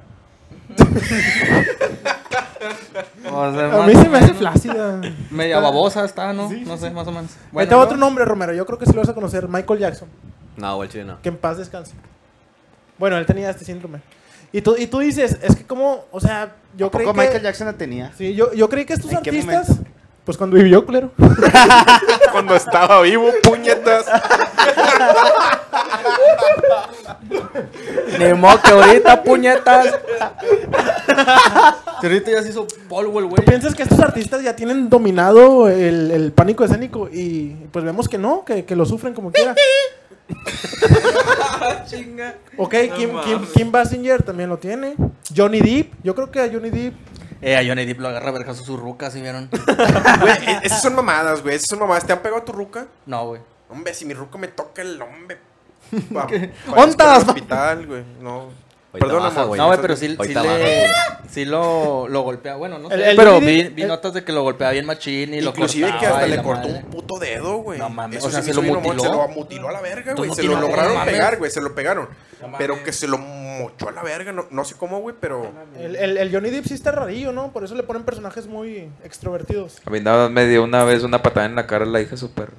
O sea, a más mí o se me hace menos. flácida. Media babosa está, ¿no? no sé, más o menos. Ahí Bueno, te va ¿no? otro nombre, Romero. Yo creo que sí lo vas a conocer. Michael Jackson. No, güey, el chile no. Que en paz descanse. Bueno, él tenía este síndrome. Y tú, y tú dices, es que como, o sea, yo ¿A creí poco que... Michael Jackson la tenía? Sí, yo, yo creí que estos ¿En qué artistas... momento? Pues cuando vivió, claro. Cuando estaba vivo, puñetas. Ni modo que ahorita, puñetas. Si ahorita ya se hizo polvo el güey. Piensas que estos artistas ya tienen dominado el, el pánico escénico y pues vemos que no, que, que lo sufren como quiera. Chinga. Ok, No Kim, Kim, mames. Kim Basinger también lo tiene. Johnny Depp, yo creo que a Johnny Depp. Eh, a Johnny Depp lo agarra a verjas sus rucas, ¿sí vieron? Güey, e- esas son mamadas, güey. Esas son mamadas. ¿Te han pegado a tu ruca? No, güey. Hombre, si mi ruca me toca el hombre. pa- parezco ¡Ontas! en el hospital, güey. No. Ahorita Perdón, baja, amor. güey. No, güey, pero sí, sí, Ahorita le, sí lo, lo golpea. Bueno, no sé. El- el pero Johnny vi, Depp- vi el- notas de que lo golpea bien machín y lo Inclusive que cortaba hasta y le la cortó madre. un puto dedo, güey. No mames, Eso o sea, sí ¿se me lo hizo bien mutiló? homón. Se lo mutiló a la verga, güey. no Se lo tiene- no lograron mames. pegar, güey. Se lo pegaron. pero que se lo mochó a la verga. No, no sé cómo, güey, pero... El, el- el Johnny Depp sí está rarillo, ¿no? Por eso le ponen personajes muy extrovertidos. A mí nada más me dio una vez una patada en la cara la hija super.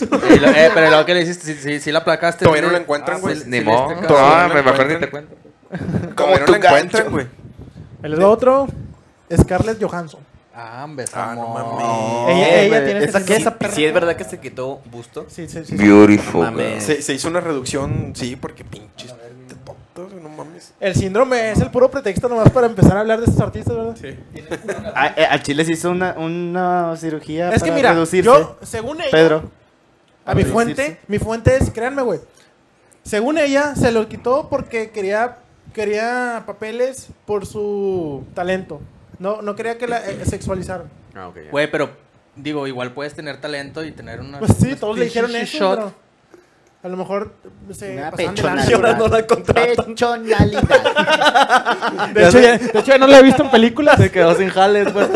Y lo- eh, pero lo que le hiciste, si, si, si la aplacaste. Todavía no sí la le- encuentran, Ah, güey. sí, sí Ni le modo. este caso. Ah, no me la mejor ni encuentran. te cuento. Como no la encuentran, güey. El otro, Scarlett Johansson. Ah, hombre, Ah, no mames. Oh, ella güey, ella tiene este ¿Esa qué? síndrome. Si es verdad que se quitó busto. Sí, sí, sí, sí. Oh, Beautiful. Mames. Se, se hizo una reducción, sí, porque pinches tontos, no mames. El síndrome es el puro pretexto nomás para empezar a hablar de estos artistas, ¿verdad? A, eh, al Chile se hizo una, una cirugía Es que para mira, reducirse. yo, según ella, Pedro. a mi reducirse. fuente, mi fuente es, créanme, güey. Según ella, se lo quitó porque quería, quería papeles por su talento. No, no quería que la eh, sexualizaran. Ah, ok, ya. Güey, pero digo, igual puedes tener talento y tener una. Pues sí, unas todos le dijeron pinches eso, shot. pero a lo mejor se Una pasaban de pechonalidad. lanza. ahora no la Pechonalidad. De hecho, ya, de hecho, ya no la he visto en películas. Se quedó sin jales, pues.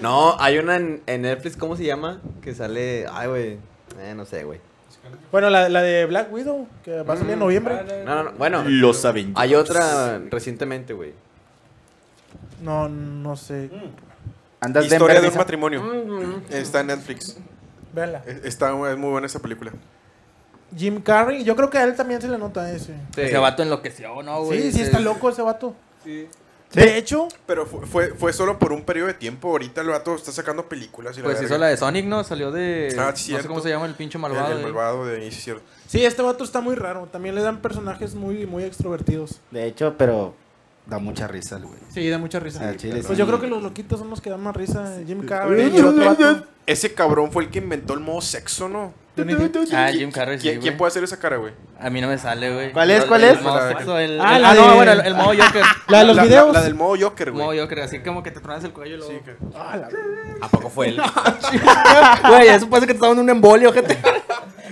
No, hay una en, en Netflix, ¿cómo se llama? Que sale. Ay, güey. Eh, no sé, güey. Bueno, la, la de Black Widow, que va a salir en noviembre. No, no, no. Bueno, Los Ah, Avengers. hay otra recientemente, güey. No, no sé. Andas de Historia de un envergüenza. matrimonio. Está en Netflix. Véanla. Es- Está es muy buena esa película. Jim Carrey, yo creo que a él también se le nota ese. Sí. Ese vato enloqueció, ¿no, Oh, güey? Sí, sí, Se- está loco ese vato. De hecho, Pero fue, fue, fue solo por un periodo de tiempo. Ahorita el vato está sacando películas. Y la Pues verga. hizo la de Sonic, ¿no? Salió de. Ah, no sé cierto. cómo se llama el pinche El- malvado. El, eh. malvado de ahí, sí, es cierto. sí, este vato está muy raro. También le dan personajes muy, muy extrovertidos. De hecho, pero da mucha risa el güey. Sí, da mucha risa. O sea, al chile Pues sí. yo creo que los loquitos son los que dan más risa. Jim Carrey, De el hecho, otro vato. ese cabrón fue el que inventó el modo sexo, ¿no? Johnny Depp. Ah, Jim Carrey, sí, ¿Quién, quién güey. puede hacer esa cara, güey? A mí no me sale, güey. ¿Cuál es? El- ¿Cuál el es? modo La- sexo, el- Ah, el- la ah, de- no, bueno, el, el modo Joker. La de los videos. La, del modo Joker, El güey. modo Joker, así como que te tronas el cuello y luego... Ah, la- ¿A poco fue él? Güey, eso parece que te está dando un embolio, gente.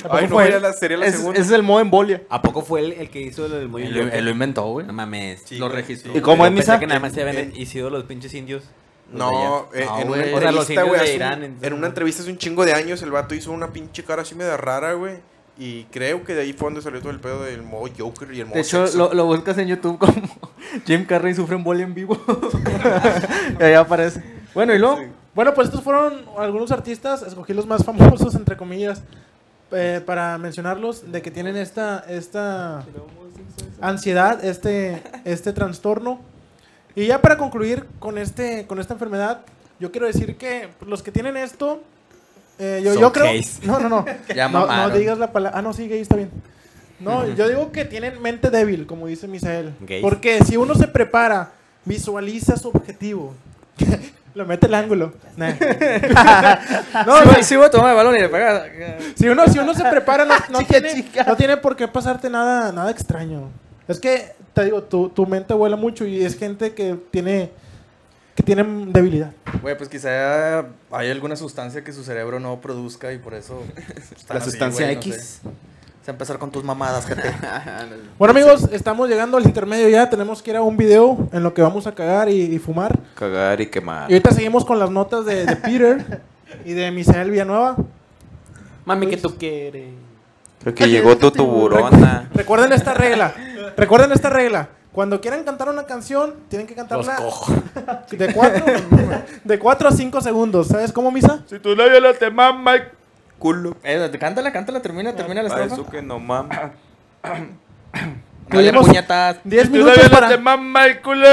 Ay, no, fue era él. la, sería la Es, segunda. es el modo embolia. ¿A poco fue él el que hizo el, el moño Él, lo- Joker? él lo inventó, güey. No mames. lo registró. ¿Y cómo es Pensé misa? que nada más se habían Eh, hicido los pinches indios. los No, de allá. eh, No, en una güey. O sea, los entrevista, indios güey, de hace un- Irán, entonces, en una no. entrevista hace un chingo de años, el vato hizo una pinche cara así medio rara, güey. Y creo que de ahí fue donde salió todo el pedo del modo Joker y el modo De hecho, sexo. lo, lo buscas en YouTube como Jim Carrey sufre embolia en vivo. y ahí aparece. Bueno, y luego, Bueno, pues estos fueron algunos artistas, escogí los más famosos, entre comillas, eh, para mencionarlos, de que tienen esta, esta ansiedad, este, este trastorno. Y ya para concluir con, este, con esta enfermedad, yo quiero decir que pues, los que tienen esto, eh, yo, Son yo creo... gays. No, no, no. Ya no, no mamaron. digas la palabra... Ah, no, sí, gay, está bien. No, yo digo que tienen mente débil, como dice Misael. Gays. Porque si uno se prepara, visualiza su objetivo. Lo mete el ángulo. Nah. no, sí, sí voy a tomar el balón y le pegas. Si uno, si uno se prepara, no, no tiene, no tiene por qué pasarte nada, nada extraño. Es que, te digo, tu, tu mente vuela mucho y es gente que tiene, que tiene debilidad. Güey, pues quizá hay alguna sustancia que su cerebro no produzca y por eso. están Ah, La así, sustancia güey, no sé. X. O sea, empezar con tus mamadas, gente. Bueno, amigos, estamos llegando al intermedio ya. Tenemos que ir a un video en lo que vamos a cagar y, y fumar. Cagar y quemar. Y ahorita seguimos con las notas de, de Peter y de Misael Villanueva. Mami, Pues, que tú quieres. Creo que llegó tu tuburona. Recuerden esta regla. Recuerden esta regla. Cuando quieran cantar una canción, tienen que cantarla de 4 de cuatro a 5 segundos. ¿Sabes cómo, Misa? Si tu labio la te mama, culo. Eh, cántala, cántala, termina, termina la Para estrofa. eso que no mama. No, ya Tuvimos puñetas. 10 Si tu minutos labio la te para... mama el culo.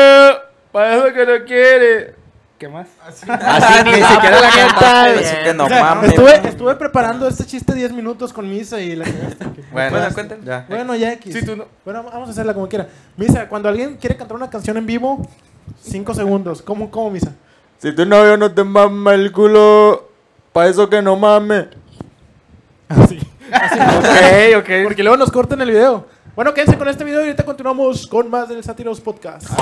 Para eso que no quiere. ¿Qué más? Ah, Ah, Así ni siquiera la canta. Así que no O sea, mames. estuve, estuve preparando este chiste 10 minutos con Misa y la cagaste. Bueno, Bueno, cuéntale. ya. Bueno, ya X. Si tú no. Bueno, vamos a hacerla como quiera. Misa, cuando alguien quiere cantar una canción en vivo, 5 segundos. ¿Cómo, cómo Misa? Si tu novio no te mama el culo. Para eso que no mame. Ah, Así. Ok, ok. Porque luego nos cortan el video. Bueno, quédense con este video y ahorita continuamos con más del Sátiros Podcast.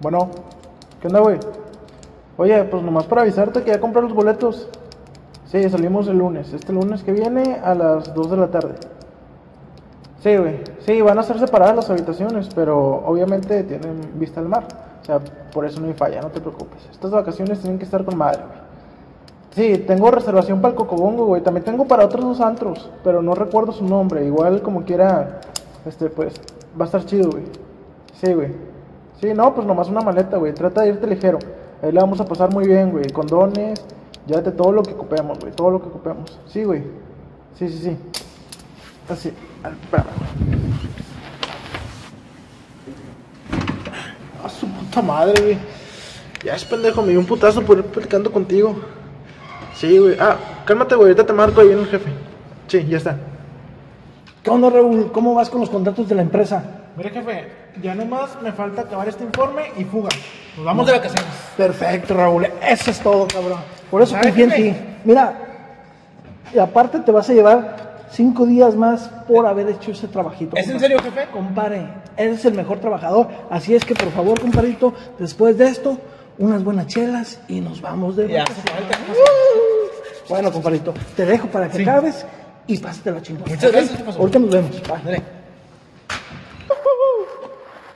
bueno, ¿qué onda, güey? Oye, pues nomás para avisarte que ya compré los boletos. Sí, salimos el lunes. Este lunes que viene a las 2 de la tarde. Sí, güey. Sí, van a ser separadas las habitaciones, pero obviamente tienen vista al mar. O sea, por eso no hay falla, no te preocupes. Estas vacaciones tienen que estar con madre, güey. Sí, tengo reservación para el Cocobongo, güey. También tengo para otros dos antros, pero no recuerdo su nombre. Igual, como quiera, este, pues, va a estar chido, güey. Sí, güey. Sí, no, pues nomás una maleta, güey. Trata de irte ligero. Ahí la vamos a pasar muy bien, güey. Condones, llévate todo lo que ocupemos, güey. Todo lo que ocupemos. Sí, güey. Sí, sí, sí. Así. Al- espérame, güey. A Ah, su puta madre, güey. Ya es pendejo, me dio un putazo por ir platicando contigo. Sí, güey. Ah, cálmate, güey. Ahorita te marco ahí viene el jefe. Sí, ya está. ¿Qué onda, Raúl? ¿Cómo vas con los contratos de la empresa? Mire, jefe, ya nomás me falta acabar este informe y fuga. Nos vamos de vacaciones. Perfecto, Raúl. Eso es todo, cabrón. Por eso ¿Sabes, confío en jefe? ti. Mira, y aparte te vas a llevar cinco días más por haber hecho ese trabajito. ¿Es en compadre. serio, jefe? Compare, eres el mejor trabajador. Así es que, por favor, compadrito, después de esto, unas buenas chelas y nos vamos de vacaciones. Uh. Bueno, compadrito, te dejo para que acabes y pásate la chingada. Muchas gracias. Ahorita nos vemos. Bye.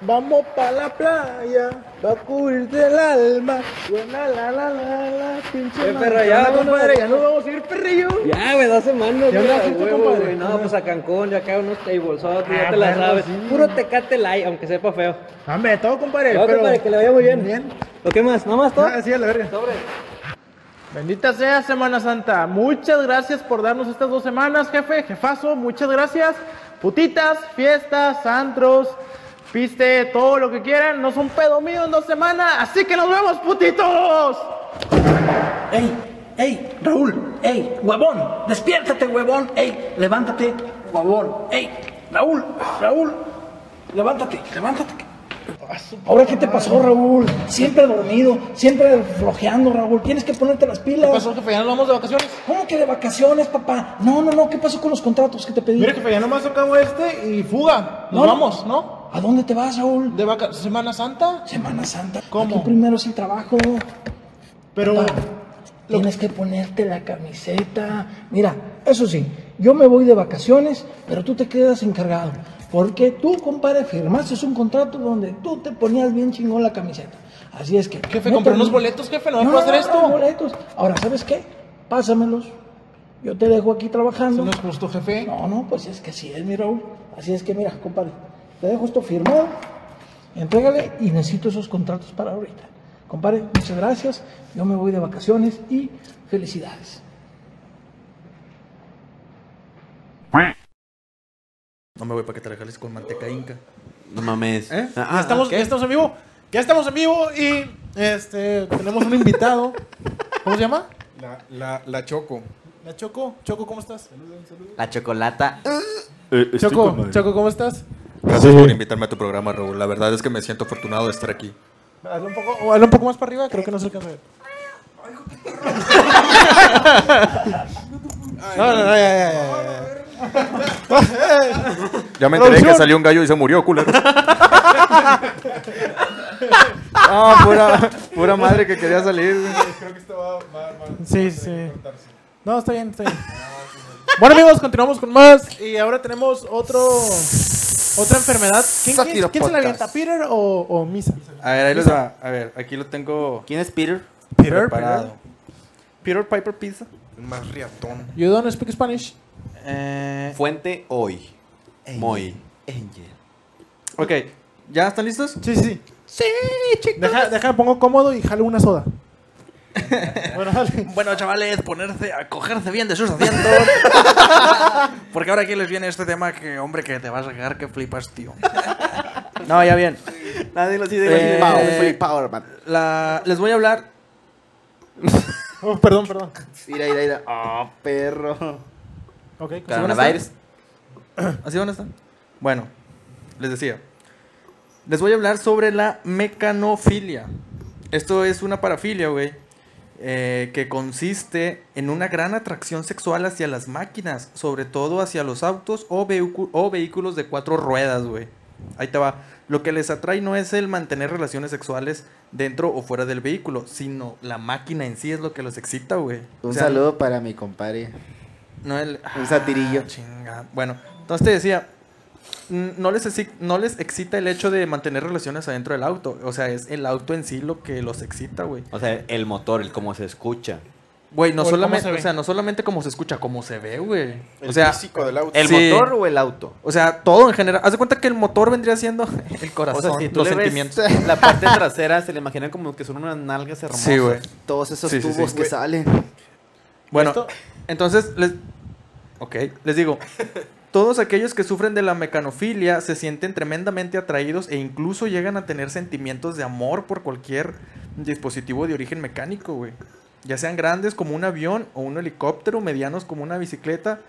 Vamos pa' la playa, va a cubrirte el alma. Buena la la la la, pinche. Eh, perra, ya, madre. compadre, ya nos vamos a ir, perrillo. Ya, güey, dos semanas. ¿Qué güey, onda, a gente, huevo, compadre? güey. No, pues a Cancún, yo acá unos tables, otros, Ah, ya te la perro, sabes. sí. Puro tecate light, aunque sepa feo. Hombre, todo, compadre. Pero, pero- compadre, que le vaya muy bien. Bien. ¿O qué más? ¿No más todo? Ah, sí, a la verga. Bendita sea Semana Santa. Muchas gracias por darnos estas dos semanas, jefe, jefazo. Muchas gracias. Putitas, fiestas, antros, piste, todo lo que quieran. No son pedo mío en dos semanas. Así que nos vemos, putitos. ¡Ey! ¡Ey! ¡Raúl! ¡Ey, huevón! ¡Despiértate, huevón! ¡Ey, levántate, huevón! ¡Ey, Raúl, Raúl! ¡Levántate, levántate! Ahora, ¿qué te pasó, Raúl? Siempre dormido, siempre flojeando, Raúl. Tienes que ponerte las pilas. ¿Qué pasó, jefe? ¿Ya nos vamos de vacaciones? ¿Cómo que de vacaciones, papá? No, no, no. ¿Qué pasó con los contratos que te pedí? Mira, jefe, ya nomás acabo este y fuga. Nos No. vamos, ¿no? ¿A dónde te vas, Raúl? ¿De vaca Semana Santa? Semana Santa. ¿Cómo? Aquí primero sin trabajo. Pero Papá, tienes que ponerte la camiseta. Mira, eso sí, yo me voy de vacaciones, pero tú te quedas encargado. Porque tú, compadre, firmaste un contrato donde tú te ponías bien chingón la camiseta. Así es que. Jefe, compré unos boletos, jefe, no me puedo hacer esto. no, boletos. Ahora, ¿sabes qué? Pásamelos. Yo te dejo aquí trabajando. no es justo, jefe. No, no, pues es que así es, mi Raúl. Así es que, mira, compadre, te dejo esto firmado, entrégale y necesito esos contratos para ahorita. Compadre, muchas gracias. Yo me voy de vacaciones y felicidades. No me voy para que te la jales con manteca inca. No mames. ¿Eh? Ah, Ya estamos, ya estamos en vivo. Ya estamos en vivo y este tenemos un invitado. ¿Cómo se llama? La, la, la choco. La Choco. Choco, ¿cómo estás? La chocolata. Choco, Choco, ¿cómo estás? Gracias por invitarme a tu programa, Raúl. Uh, La verdad es que me siento afortunado de estar aquí. Hazlo un poco, o hazlo un poco más para arriba, creo que no se alcanza a ver. No, no, no, ya, ya, ya, ya, ya. Ya me enteré que Producción. salió un gallo y se murió, culero. Ah, pura, pura madre que quería salir. Creo que esto va, Sí, sí. No, está bien, está bien. Bueno, amigos, continuamos con más. Y ahora tenemos otro. Otra enfermedad. ¿Quién, quién- Sátiro quién se la Podcast. avienta? ¿Peter o, o Misa? A ver, ahí les va. A ver, aquí lo tengo ¿Quién es Peter? Peter, preparado. Peter Piper Pizza. Más riatón. You don't speak Spanish. Eh, Fuente hoy. Moy. ok, ¿ya están listos? Sí, sí, sí. Deja, deja, pongo cómodo y jalo una soda. bueno, dale. Bueno, chavales, ponerse a cogerse bien de sus asientos. Porque ahora aquí les viene este tema que, hombre, que te vas a quedar que flipas, tío. No, ya bien. Nadie lo Eh, Power, man. La, les voy a hablar. Oh, perdón, perdón. Ira, ira, ira. Ah, Oh, perro. Ok, ¿Así van a estar? ¿Así van a estar? Bueno, les decía. Les voy a hablar sobre la mecanofilia. Esto es una parafilia, güey. eh, que consiste en una gran atracción sexual hacia las máquinas, sobre todo hacia los autos o, vehicu- o vehículos de cuatro ruedas, güey. Ahí te va. Lo que les atrae no es el mantener relaciones sexuales dentro o fuera del vehículo, sino la máquina en sí es lo que los excita, güey. Un O sea, saludo para mi compadre. no el- Un satirillo. Ah, chinga. Bueno, entonces te decía, mm, no les, exi- no les excita el hecho de mantener relaciones adentro del auto. O sea, es el auto en sí lo que los excita, güey. O sea, el motor, el cómo se escucha. Güey, no O el cómo solamente, se ve. o sea, no solamente cómo se escucha, cómo se ve, güey. El O sea, físico del auto. ¿El Sí. motor o el auto? o sea, todo en general. Haz de cuenta que el motor vendría siendo el O corazón, sea, si tú los le ves sentimientos. la parte trasera, se le imaginan como que son unas nalgas hermosas. Sí, güey. Todos esos Sí, sí, tubos sí. que salen. Bueno, Esto- entonces les. Ok, les digo. Todos aquellos que sufren de la mecanofilia se sienten tremendamente atraídos e incluso llegan a tener sentimientos de amor por cualquier dispositivo de origen mecánico, güey. Ya sean grandes como un avión o un helicóptero, medianos como una bicicleta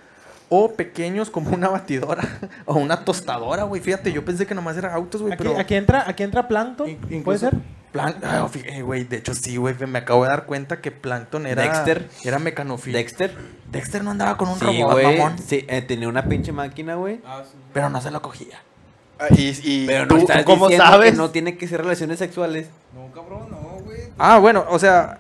o pequeños como una batidora o una tostadora, güey. Fíjate, yo pensé que nomás era autos, güey, Aquí, pero aquí entra, aquí entra Plankton. In- incluso- ¿Puede ser? Plan- Ah, fí- eh, güey, de hecho sí, güey, me acabo de dar cuenta que Plankton era Dexter. era mecanofilo. Dexter. Dexter no andaba con un Sí, robot, güey. mamón. Sí, eh, tenía una pinche máquina, güey. Pero no se lo cogía. Ah, y, y Pero tú- no estás cómo diciendo sabes? que no tiene que ser relaciones sexuales. No, cabrón, no, güey. Ah, bueno, o sea,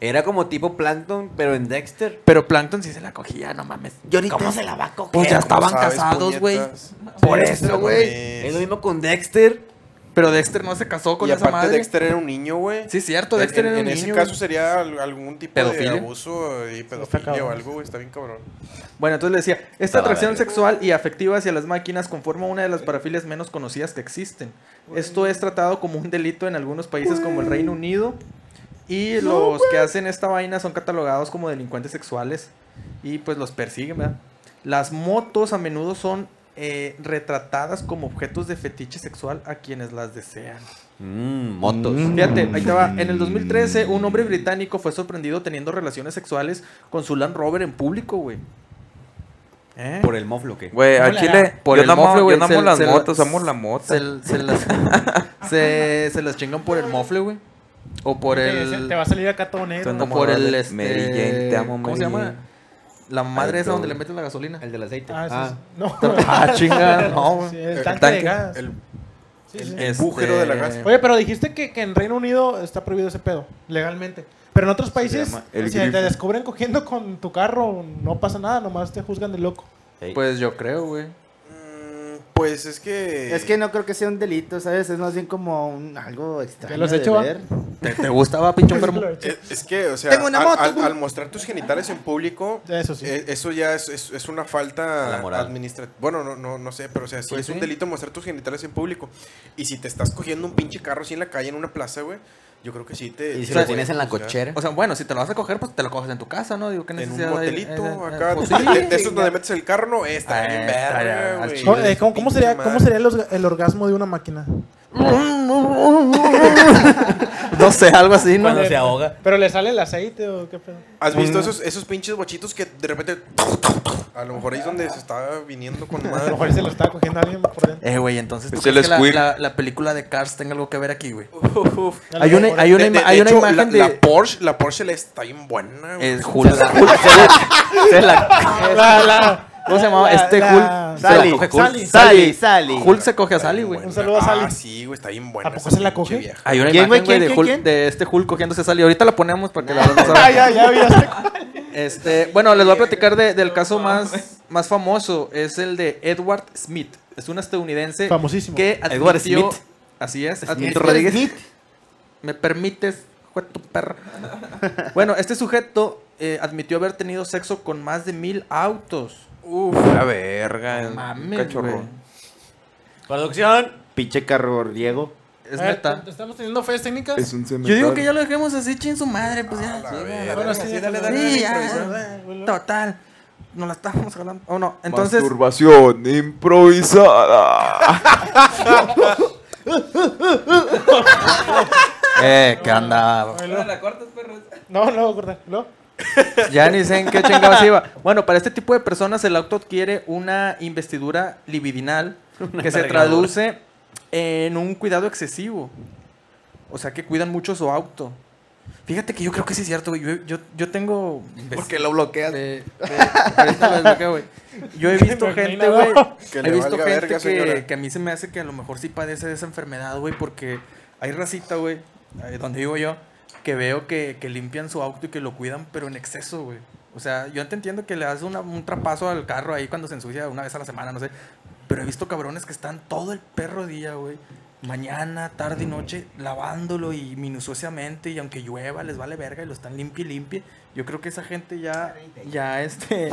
Era como tipo Plankton, pero en Dexter. pero Plankton sí se la cogía, no mames. ¿Cómo se la va a coger? Pues ya ¿cómo estaban sabes, casados, güey. puñetas? Por Sí, eso, no güey. mames. Es lo mismo con Dexter. Pero Dexter no se casó con Y esa aparte madre. Dexter era un niño, güey. Sí, cierto, En- Dexter en, era un en ese niño, caso güey. sería al- algún tipo ¿Pedofilia? de abuso y pedofilia cabrón. o algo, güey. Está bien cabrón. Bueno, entonces le decía, esta Estaba atracción verga. sexual y afectiva hacia las máquinas conforma una de las parafilias menos conocidas que existen. Esto es tratado como un delito en algunos países como el Reino Unido y los que hacen esta vaina son catalogados como delincuentes sexuales y pues los persiguen, ¿verdad? Las motos a menudo son eh, retratadas como objetos de fetiche sexual a quienes las desean. Mmm, motos. Fíjate, ahí estaba. En el 2013, un hombre británico fue sorprendido teniendo relaciones sexuales con su Land Rover en público, güey. ¿Eh? Por el moflo, ¿qué? Güey, a Chile, yo no amo- yo no amo las motos, amo amor la mota. Se, se las, se, se las chingan por el mofle, güey. O por Te- el. te va a salir acá todo negro. Ah, O por el. Este, Mary Jane, te amo, ¿Cómo se Mary llama? Jane. La madre Ay, esa donde todo. le meten la gasolina. El del aceite. Ah, eso es- no. Ah, chingada, no, güey. Sí, el El tanque de tanque. gas. El- Sí, el sí. Este- bujero de la gas. Oye, pero dijiste que, que en Reino Unido está prohibido ese pedo, legalmente. Pero en otros países, llama el si grifo. te descubren cogiendo con tu carro, no pasa nada, nomás te juzgan de loco. Pues yo creo, güey. Pues es que. Es que no creo que sea un delito, ¿sabes? Es más bien como un- algo extraño. los de echo, va? ver. ¿Te, te gustaba, pinche enfermo? e, Es, es que, o sea, Tengo una al- moto, al, güey. al mostrar tus genitales en público, e, eso, sí. eso ya es, es- es una falta la moral. administrativa. Bueno, no, no, no sé, pero o sea, sí Pues es un sí. delito mostrar tus genitales en público. Y si te estás cogiendo un pinche carro así en la calle, en una plaza, güey, yo creo que sí te. ¿Y si te lo pueden tienes en la juzgar. cochera? O sea, bueno, si te lo vas a coger, pues te lo coges en tu casa, ¿no? Digo, ¿qué En un necesidad hay? motelito, Eh, eh, acá. pues de- sí, de- de esos chinga. donde metes el carro, no, esta, Ah, bien está verga, ya, al güey. ¿Cómo, eh, cómo- cómo sería, Pinche cómo madre. sería el, orga- el orgasmo de una máquina? No sé, algo así, ¿no? Cuando se ahoga. ¿Pero le sale el aceite o qué pedo? ¿Has visto esos, esos pinches bochitos que de repente. A lo mejor ahí es donde se está viniendo con A madre. lo mejor se lo está cogiendo alguien por dentro. Eh, güey, entonces ¿tú Es el crees que la, squeak. la- la película de Cars tenga algo que ver aquí, güey? Hay una- hay una De- de- ima- de hay una hecho, imagen la- de- La Porsche, la Porsche le está bien buena, güey. Es Hulk. se la- La- la- ¿Cómo se llamaba? la- Este la- Hulk. se la Sally, coge Hulk. Sally. Sally, Sally. Hulk se coge a Sally, güey. Un saludo a Sally. Ah, sí, güey, está bien buena. ¿A poco esa se la pinche coge? vieja. Hay una ¿Quién, güey? imagen, güey, ¿Quién, de, quién, Hulk- quién? de este Hulk cogiéndose a Sally. Ahorita la ponemos para que la vean. Ah, ya, ya, ya sé cuál. Este, bueno, les voy a platicar de- del caso más, más famoso. Es el de Edward Smith. Es un estadounidense Famosísimo. que Edward admitió- Smith. Así es. Smith admitió- Rodríguez. ¿Me permites, hijo de tu perra? bueno, este sujeto eh, admitió haber tenido sexo con más de mil autos. Uf, la verga. No un mames, Cachorro. güey. Producción. Pinche carro Diego. Es A ver, neta. ¿Estamos teniendo feas técnicas? Es un Yo digo que ya lo dejemos así, chin su madre, pues ya. la Sí, verga. ya, Bueno, sí, sí, ya, dale, ya, dale, ya, dale, ya, improvisar. ya, ya. Total. Nos la estábamos jalando. Oh, no. Entonces... Entonces, Masturbación improvisada. eh, ¿qué andaba? Bueno, ¿La cortas, perros? No, no, gorda, no. Ya ni sé en qué chingados iba. Bueno, para este tipo de personas el auto adquiere una investidura libidinal que se envergadura. traduce en un cuidado excesivo. O sea, que cuidan mucho su auto. Fíjate que yo creo que sí es cierto, güey. Yo, yo, yo tengo... Porque lo bloqueas. Eh, eh, ahorita lo desbloqueo, güey. Yo he No visto hay gente, nada. güey. Que le He visto valga gente verga, que, señora. que a mí se me hace que a lo mejor sí padece de esa enfermedad, güey, porque hay racita, güey, ahí donde vivo yo, que veo que, que limpian su auto y que lo cuidan, pero en exceso, güey. O sea, yo te entiendo que le das una- un trapazo al carro ahí cuando se ensucia una vez a la semana, no sé. Pero he visto cabrones que están todo el perro día, güey. Mañana, tarde y noche, lavándolo y minuciosamente, y aunque llueva, les vale verga y lo están limpie y limpie. Yo creo que esa gente ya, ya, este,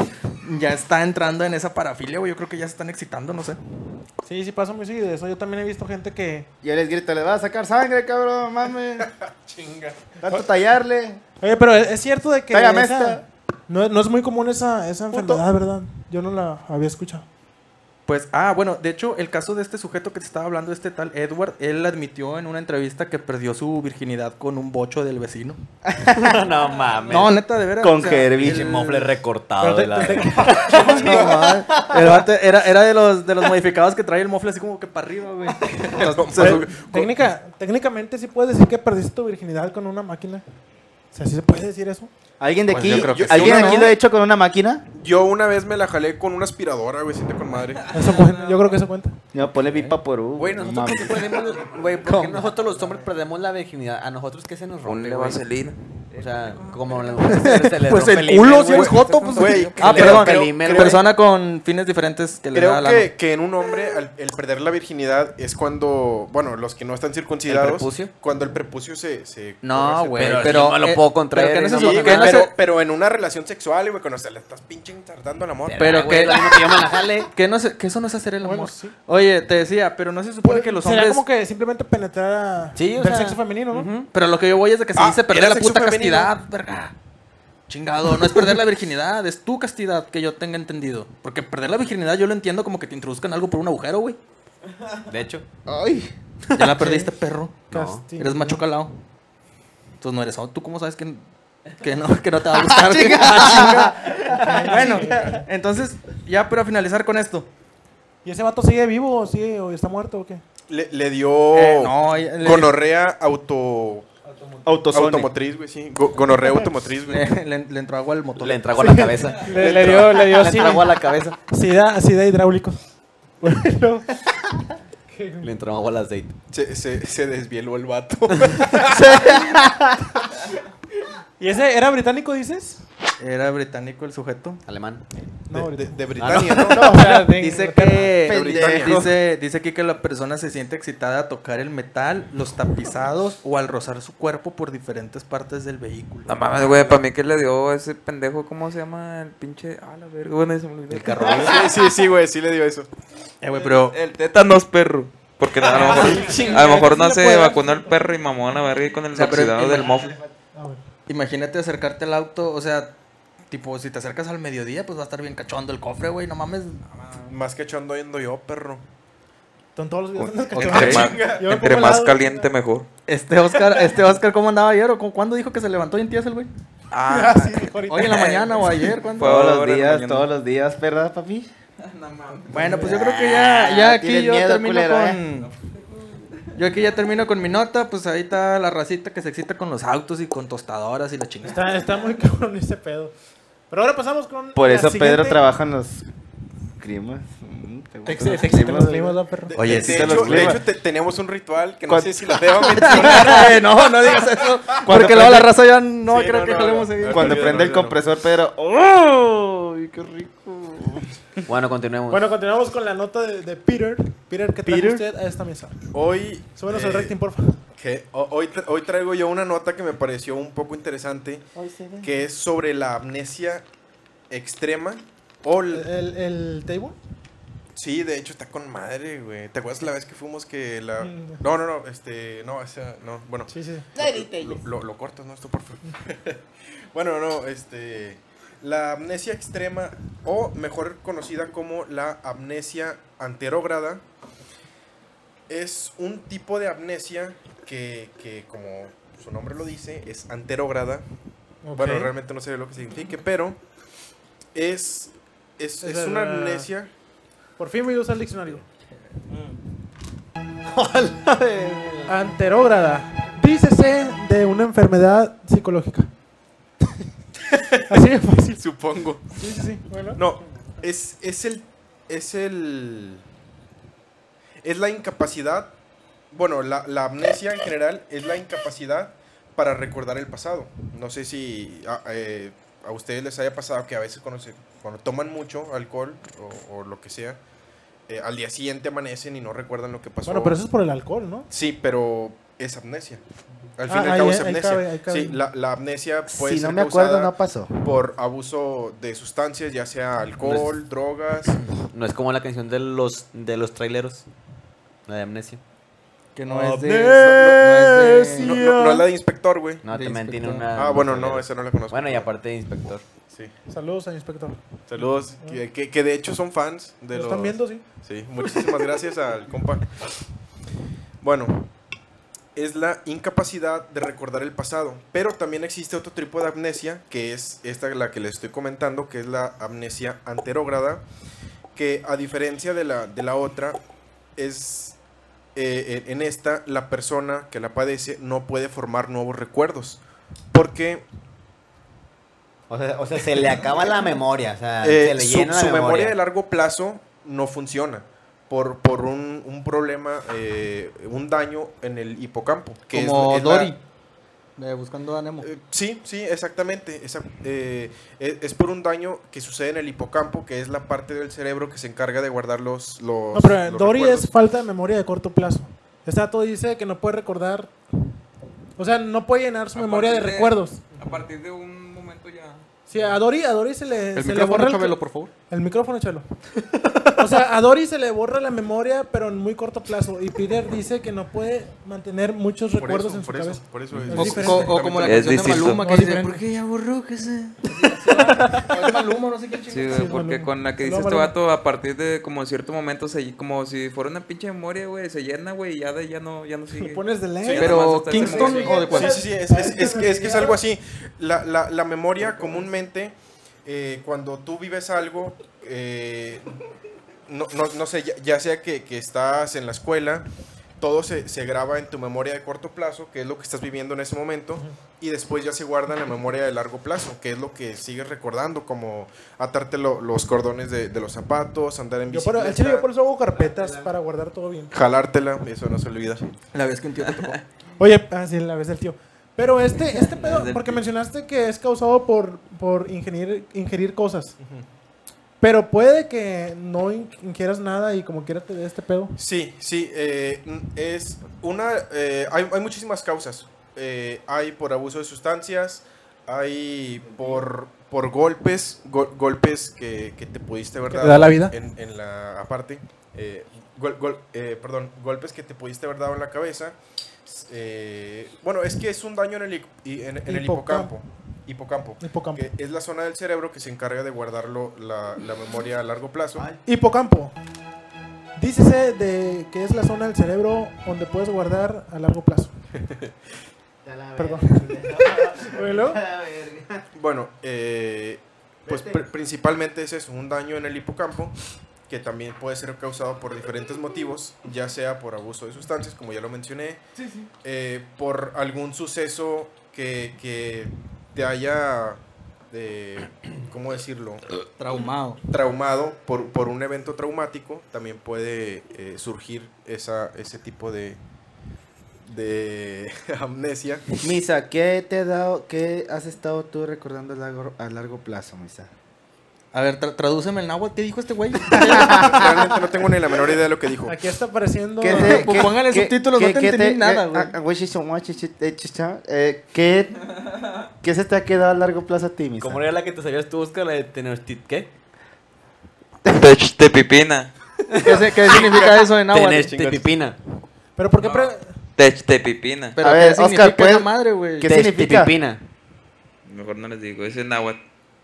ya está entrando en esa parafilia, güey. Yo creo que ya se están excitando, no sé. Sí, sí pasa muy seguido eso. Yo también he visto gente que... Yo les grito, le va a sacar sangre, cabrón, mames. Chinga. Tanto tallarle. Oye, pero es es cierto de que... Pégame esa- esta. No, no es muy común esa, esa enfermedad, ¿verdad? Yo no la había escuchado. Pues, ah, bueno, de hecho, el caso de este sujeto que te estaba hablando, este tal Edward, él admitió en una entrevista que perdió su virginidad con un bocho del vecino. no mames. No, neta, de veras. Con o sea, Herbie. Pinche mofle Ah, recortado. de la- No, madre. El vato era, era de, los, de los modificados que trae el mofle así como que para arriba, güey. Entonces, se Pero, subió- técnica, técnicamente sí puedes decir que perdiste tu virginidad con una máquina. O sea, ¿sí se puede decir eso? ¿Alguien de Pues aquí, yo creo que sí, ¿alguien de ¿no? aquí lo ha hecho con una máquina? Yo una vez me la jalé con una aspiradora, güey, siente con madre. Eso cuenta, yo creo que eso cuenta. No, ponle pipa por uh, U. Güey, nosotros por qué perdemos, güey, ¿por qué nosotros los hombres perdemos la virginidad? A nosotros que se nos rompe, Ponle güey. vaselina. O sea, como a las mujeres se les Pues rompe el culo, himen, si eres güey. joto, pues. Güey, ah, creo- perdón. creo- que creo- persona con fines diferentes que le da Creo la. que, que en un hombre al- el perder la virginidad es cuando, bueno, los que no están circuncidados, ¿El prepucio? cuando el prepucio se... se No, corre, güey. Pero Pero, eso no lo puedo contraer, Pero que no se se- Sí, supone- güey, que no pero, se- pero en una relación sexual, güey, cuando se le estás pinche tardando el amor. Pero güey, que- lo mismo que yo me la jale. que no se- que eso no es hacer el amor. Bueno, sí. Oye, te decía, pero no se supone que los Sería hombres. como que simplemente penetrar a Sí, o del sea, sexo femenino, ¿no? Ujú, Pero lo que yo voy es de que se Ah, dice perder era la sexo puta femenino. castidad, verga. Chingado, no es perder la virginidad, es tu castidad que yo tenga entendido. Porque perder la virginidad yo lo entiendo como que te introduzcan algo por un agujero, güey. De hecho. Ay. Ya la perdiste, perro. No. Castidad. Eres macho calado. Entonces no eres. ¿Tú cómo sabes que, que, no, que no te va a gustar? güey? Chinga. Ah, chinga. bueno, entonces, ya para finalizar con esto. ¿Y ese vato sigue vivo o, sigue, o está muerto o qué? Le, le dio Eh, no, ya- le- gonorrea auto... Ah, Autosone. Automotriz, güey, sí. Go- Eh. gonorrea automotriz, güey. Le, le- le entró agua al motor. Le entró agua a la cabeza. Le, le dio, le dio Le sí. entró agua a la cabeza. Sida, sida hidráulico. Bueno, Le entró agua al aceite. Se, se, se desvieló el vato. ¿Y ese era británico, dices? Era británico el sujeto. Alemán. No, De, británico. Ah, de Britania, ¿no? No, o sea, de- Dice que, Pendejo. dice, dice aquí que la persona se siente excitada a tocar el metal, los tapizados o al rozar su cuerpo por diferentes partes del vehículo. No mames, güey, para mí que le dio ese pendejo, ¿cómo se llama? El pinche. Ah, la verga, bueno, se me olvidó. El carro. Sí, sí, sí, güey, sí le dio eso. Eh, güey, pero El tétanos, perro. Porque a Ah, lo mejor, a lo mejor no Sí le se puede dar. vacunó el perro y mamó a la verga con el sea, pero oxidado el- del mofo. imagínate acercarte al auto, o sea, tipo, si te acercas al mediodía, pues va a estar bien cachondo el cofre, güey, no mames. Más que echando ando yo, perro. Con todos los videos. Entre más, Yo entre como más helado. caliente, mejor. Este Oscar, este Oscar ¿cómo andaba ayer? ¿O cu- cuándo dijo que se levantó en tías el güey? Ah, Sí, dijo ahorita. Hoy en la mañana o ayer, ¿cuándo? Fue ahora Todos en la los días, mañana. todos los días, ¿verdad, papi? Bueno, pues yo creo que ya, ya Ah, aquí tienes yo miedo, termino culero, con. eh. Yo aquí ya termino con mi nota, pues ahí está la racita que se excita con los autos y con tostadoras y la chingada. Está, está muy cabrón ese pedo. Pero ahora pasamos con. Por la eso siguiente. Pedro trabaja en los climas. Mm, Te, ¿te gustan te, los te- te- climas, los leímos, güey? ¿no, perro? De, Oye, de- sí de se los hecho, de creo. hecho, te- teníamos un ritual que no ¿Cuál- sé si lo debo mencionar. Eh, no, no digas eso. Porque luego la raza ya no Sí, creo no, que no, jalemos no. seguir. Cuando Olvídalo, prende el olvídalo. compresor, Pedro. ¡Oh! ¡Qué rico! Bueno, continuemos. Bueno, continuamos con la nota de, de Peter. Peter, ¿qué trajo Peter. usted a esta mesa? Hoy. Súbenos eh, el rating, porfa. que ho- Hoy, tra- hoy traigo yo una nota que me pareció un poco interesante, que es sobre la amnesia extrema. O ¿El, l- el, el table? sí, de hecho está con madre, güey. ¿Te acuerdas la vez que fuimos que la... Mm. No, no, no, este... No, esa... No, bueno. Sí, sí. Lo, lo, lo cortas, ¿no? Esto, por favor. bueno, no, este... La amnesia extrema, o mejor conocida como la amnesia anterógrada, es un tipo de amnesia que, que, como su nombre lo dice, es anterógrada. Ok. Bueno, realmente no sé lo que signifique, pero es, es, Es es una la- amnesia. Por fin voy a usar el diccionario. Anterógrada. Dícese de una enfermedad psicológica. Así de fácil. Supongo. Sí, sí, sí. Bueno. No, es, es el. Es el. Es la incapacidad. Bueno, la, la amnesia en general es la incapacidad para recordar el pasado. No sé si a, eh, a ustedes les haya pasado que a veces cuando, se- cuando toman mucho alcohol o, o lo que sea, eh, al día siguiente amanecen y no recuerdan lo que pasó. Bueno, pero eso es por el alcohol, ¿no? Sí, pero es amnesia. Al Ah, fin y al ahí- cabo es ahí amnesia. cabe, ahí cabe. Sí, la, la amnesia puede Si ser no me acuerdo, causada no pasó. por abuso de sustancias, ya sea alcohol, Pues, drogas. No es como la canción de los, de los traileros. La de amnesia. Que no es de. No, es de- No, no- no es la de inspector, güey. No, De también tiene inspector. una. Ah, bueno, una no, trailera. esa no la conozco. Bueno, y aparte de inspector. Sí. Saludos al inspector. Saludos, que, que- que de hecho son fans de Ah. ¿Lo los... están viendo, sí? Sí, muchísimas gracias al compa. Bueno, es la incapacidad de recordar el pasado, pero también existe otro tipo de amnesia, que es esta la que les estoy comentando, que es la amnesia anterógrada, que a diferencia de la, de la otra, es eh, en en esta la persona que la padece no puede formar nuevos recuerdos, porque O sea, o sea, se le acaba la memoria. O sea, Eh, se le su, llena la su memoria. memoria. de largo plazo no funciona por, por un, un problema, eh, un daño en el hipocampo. que es- Como es la- Dory. de buscando a Nemo. eh, sí, sí, exactamente. Esa- eh, e- es por un daño que sucede en el hipocampo, que es la parte del cerebro que se encarga de guardar los... los No, pero los Dory recuerdos. es falta de memoria de corto plazo. Está todo dice que no puede recordar. O sea, no puede llenar su A memoria de partir de- recuerdos. A partir de un momento ya. Sí, a Dori, a Dori se le, El se le micrófono, borra. Chabelo, por favor. El micrófono, Chabelo. o sea, a Dori se le borra la memoria, pero en muy corto plazo. Y Peter dice que no puede mantener muchos recuerdos eso, en su por eso, cabeza. por eso es- Es O- diferente. o- o como la Es canción de distinto. Maluma que O dice, diferente. "¿Por qué ya borró? ¿Qué sé?" es Maluma, no sé qué chingados. Sí, güey, Sí, es porque Maluma. con la que No, dice este Maluma. vato, a partir de como cierto momento, se, como si fuera una pinche memoria, güey, se llena, güey, y ya, de- ya no, ya no sigue. pones de ley. Sí, Pero, nada más hasta ese ¿Kingston momento. o de cuál? Sí, sí, sí, es, es- es que, es que es algo así. La, la- la memoria comúnmente, eh, cuando tú vives algo, eh, no, no- no sé, ya, ya sea que, que estás en la escuela, todo se, se graba en tu memoria de corto plazo, que es lo que estás viviendo en ese momento, y después ya se guarda en la memoria de largo plazo, que es lo que sigues recordando, como atarte lo- los cordones de, de los zapatos, andar en Yo por, bicicleta, al chile yo por eso hago carpetas para guardar todo bien. jalártela, eso no se olvida. La vez que un tío te tocó. Oye, ah, sí, la vez del tío. Pero este, este pedo, del porque mencionaste que es causado por, por ingerir, ingerir cosas. Pero puede que no in- ingieras nada y como quiera te dé este pedo. Sí, sí, eh, mm, es una, eh, hay, hay muchísimas causas. Eh, hay por abuso de sustancias, hay por, por golpes, gol- golpes que, que te pudiste haber Que te dado da la vida. En, en la aparte, eh, gol- gol- eh, perdón, golpes que te pudiste haber dado en la cabeza. S- eh, bueno, es que es un daño en el, hic- y- en, en el Hipocampo. hipocampo. Hipocampo. Que es la zona del cerebro que se encarga de guardarlo la, la memoria a largo plazo. Hipocampo. Dícese de que es la zona del cerebro donde puedes guardar a largo plazo. Perdón. Bueno. Bueno, eh, pues pr- principalmente ese es un daño en el hipocampo que también puede ser causado por diferentes motivos, ya sea por abuso de sustancias, como ya lo mencioné, eh, por algún suceso que, que te haya, eh, ¿cómo decirlo? Traumado. Traumado por, por un evento traumático, también puede eh, surgir esa, ese tipo de, de amnesia. Misa, ¿qué te ha dado, qué has estado tú recordando a largo, a largo plazo, Misa? A ver, tra- tradúceme el náhuatl. ¿Qué dijo este güey? Realmente no tengo ni la menor idea de lo que dijo. Aquí está apareciendo. ¿Qué te- Pues qué- póngale qué- subtítulos, no qué- te qué entendí nada, eh, güey. ah, ah, güey, sí, son guachis, chi- eh, chicha, eh, ¿Qué qué se te ha quedado a largo plazo a ti, Misa? ¿Cómo era la que te sabías tú, Oscar? La de Tenochtit, ¿qué? Te pipina. ¿Qué, se- qué significa eso en náhuatl? Tenochtitipina. Pero ¿por qué pre- Te, te pipina. Pero ¿qué significa pues, esa madre, güey? Te- Pipina. Mejor no les digo, ese es náhuatl.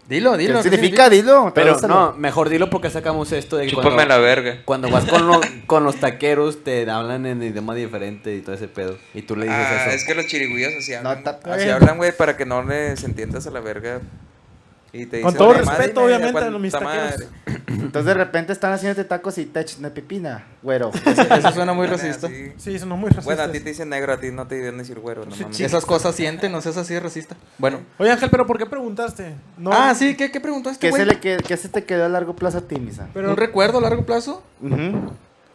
Dilo, dilo, ¿Qué significa? Dilo. Pero tradúcelo. no, mejor dilo porque sacamos esto de que Chúpame cuando- la verga. Cuando vas con, lo- con los taqueros te hablan en idioma diferente y todo ese pedo. Y tú le dices Ah, eso. es que los chirigüillos así hablan. ta- así eh. hablan, güey, para que no les entiendas a la verga. Y te Con dicen, todo "Oye, respeto, madre, obviamente, cuánta a mis madre". taqueros. Entonces de repente están este haciéndote tacos y te de pipina, güero. Eso suena muy racista. Así. Sí, son muy racistas. Bueno, a ti te dicen negro, a ti no te deben decir güero, no mames. Esas cosas sienten, no seas así de racista. Bueno. Oye, Ángel, ¿pero por qué preguntaste? No. Ah, sí, ¿qué, qué preguntó este ¿Qué se, güey? le qued- qué se te quedó a largo plazo a ti, Misa? Pero- ¿Un recuerdo a largo plazo? Ujú.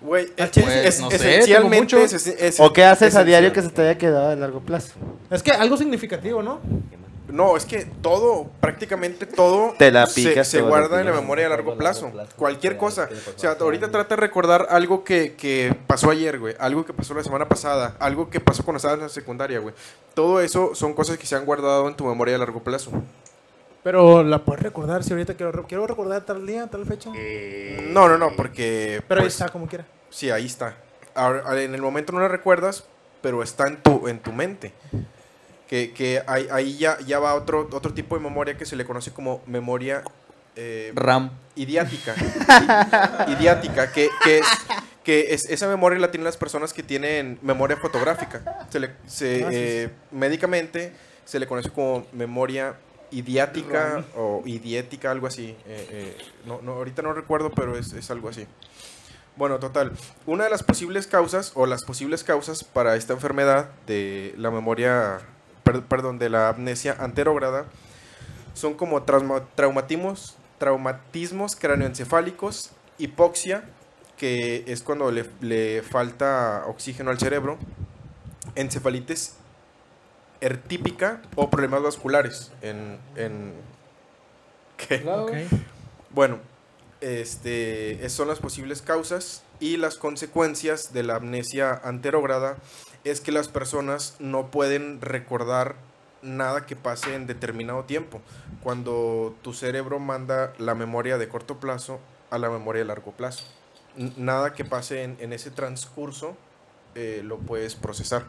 Güey, Pues, es, chile, es- es- no sé, esencialmente tengo mucho. es- es- ¿O qué haces a esencial. diario que se te haya quedado a largo plazo? Es que algo significativo, ¿no? No, es que todo, prácticamente todo Te la se, picas se todos los guarda en la días. memoria a largo plazo. Cualquier cosa. O sea, ahorita trata de recordar algo que, que pasó ayer, güey. Algo que pasó la semana pasada. Algo que pasó cuando estabas en la secundaria, güey. Todo eso son cosas que se han guardado en tu memoria a largo plazo. Pero la puedes recordar si ahorita quiero, quiero recordar tal día, tal fecha. No, no, no, porque... Pero ahí Eh, pues, está, como quiera. Sí, ahí está. Ahora, en el momento no la recuerdas, pero está en tu, en tu mente. Que, que ahí, ahí ya, ya va otro, otro tipo de memoria que se le conoce como memoria eh, RAM. idiática. I- idiática, que, que es... Que es- esa memoria la tienen las personas que tienen memoria fotográfica. Se le- se, Ah, sí, eh, médicamente se le conoce como memoria idiática o idiética, algo así. Eh, eh, no, no, ahorita no recuerdo, pero es, es algo así. Bueno, total. Una de las posibles causas o las posibles causas para esta enfermedad de la memoria, per- perdón, de la amnesia anterógrada son como trauma- traumatismos, traumatismos cráneoencefálicos, hipoxia, que es cuando le, le falta oxígeno al cerebro, encefalitis ertípica o problemas vasculares en... en ¿Qué? Bueno, este, esas son las posibles causas y las consecuencias de la amnesia anterógrada es que las personas no pueden recordar nada que pase en determinado tiempo. Cuando tu cerebro manda la memoria de corto plazo a la memoria de largo plazo. N- Nada que pase en, en ese transcurso eh, lo puedes procesar.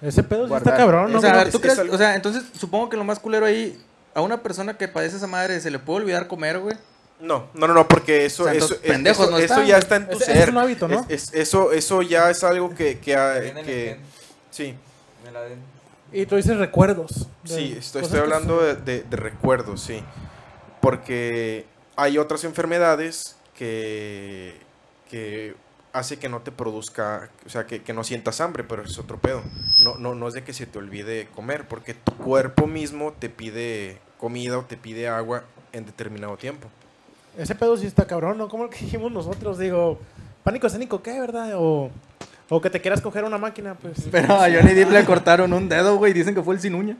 Ese pedo sí está Guardar. cabrón, ¿no? O sea, a ver, Es- ¿tú es crees? algo- O sea, entonces supongo que lo más culero ahí, a una persona que padece esa madre, ¿se le puede olvidar comer, güey? No, no, no, no, porque eso, O sea, eso, entonces, pendejos eso- no eso están. ya está en tu Es- es ser. un hábito, ¿no? Es- es- eso, eso ya es algo que, que, ha- Viene en el que- gen. sí, Me la den. Y tú dices recuerdos. de sí, estoy, cosas estoy que hablando de, de- de recuerdos, sí, porque hay otras enfermedades que, que hace que no te produzca, o sea, que, que no sientas hambre, pero es otro pedo. No, no, no es de que se te olvide comer, porque tu cuerpo mismo te pide comida o te pide agua en determinado tiempo. Ese pedo sí está cabrón, ¿no? Como el que dijimos nosotros, digo, pánico escénico, ¿qué, verdad? O, o que te quieras coger una máquina, pues. Pero a Johnny Depp le cortaron un dedo, güey, dicen que fue el sin uña.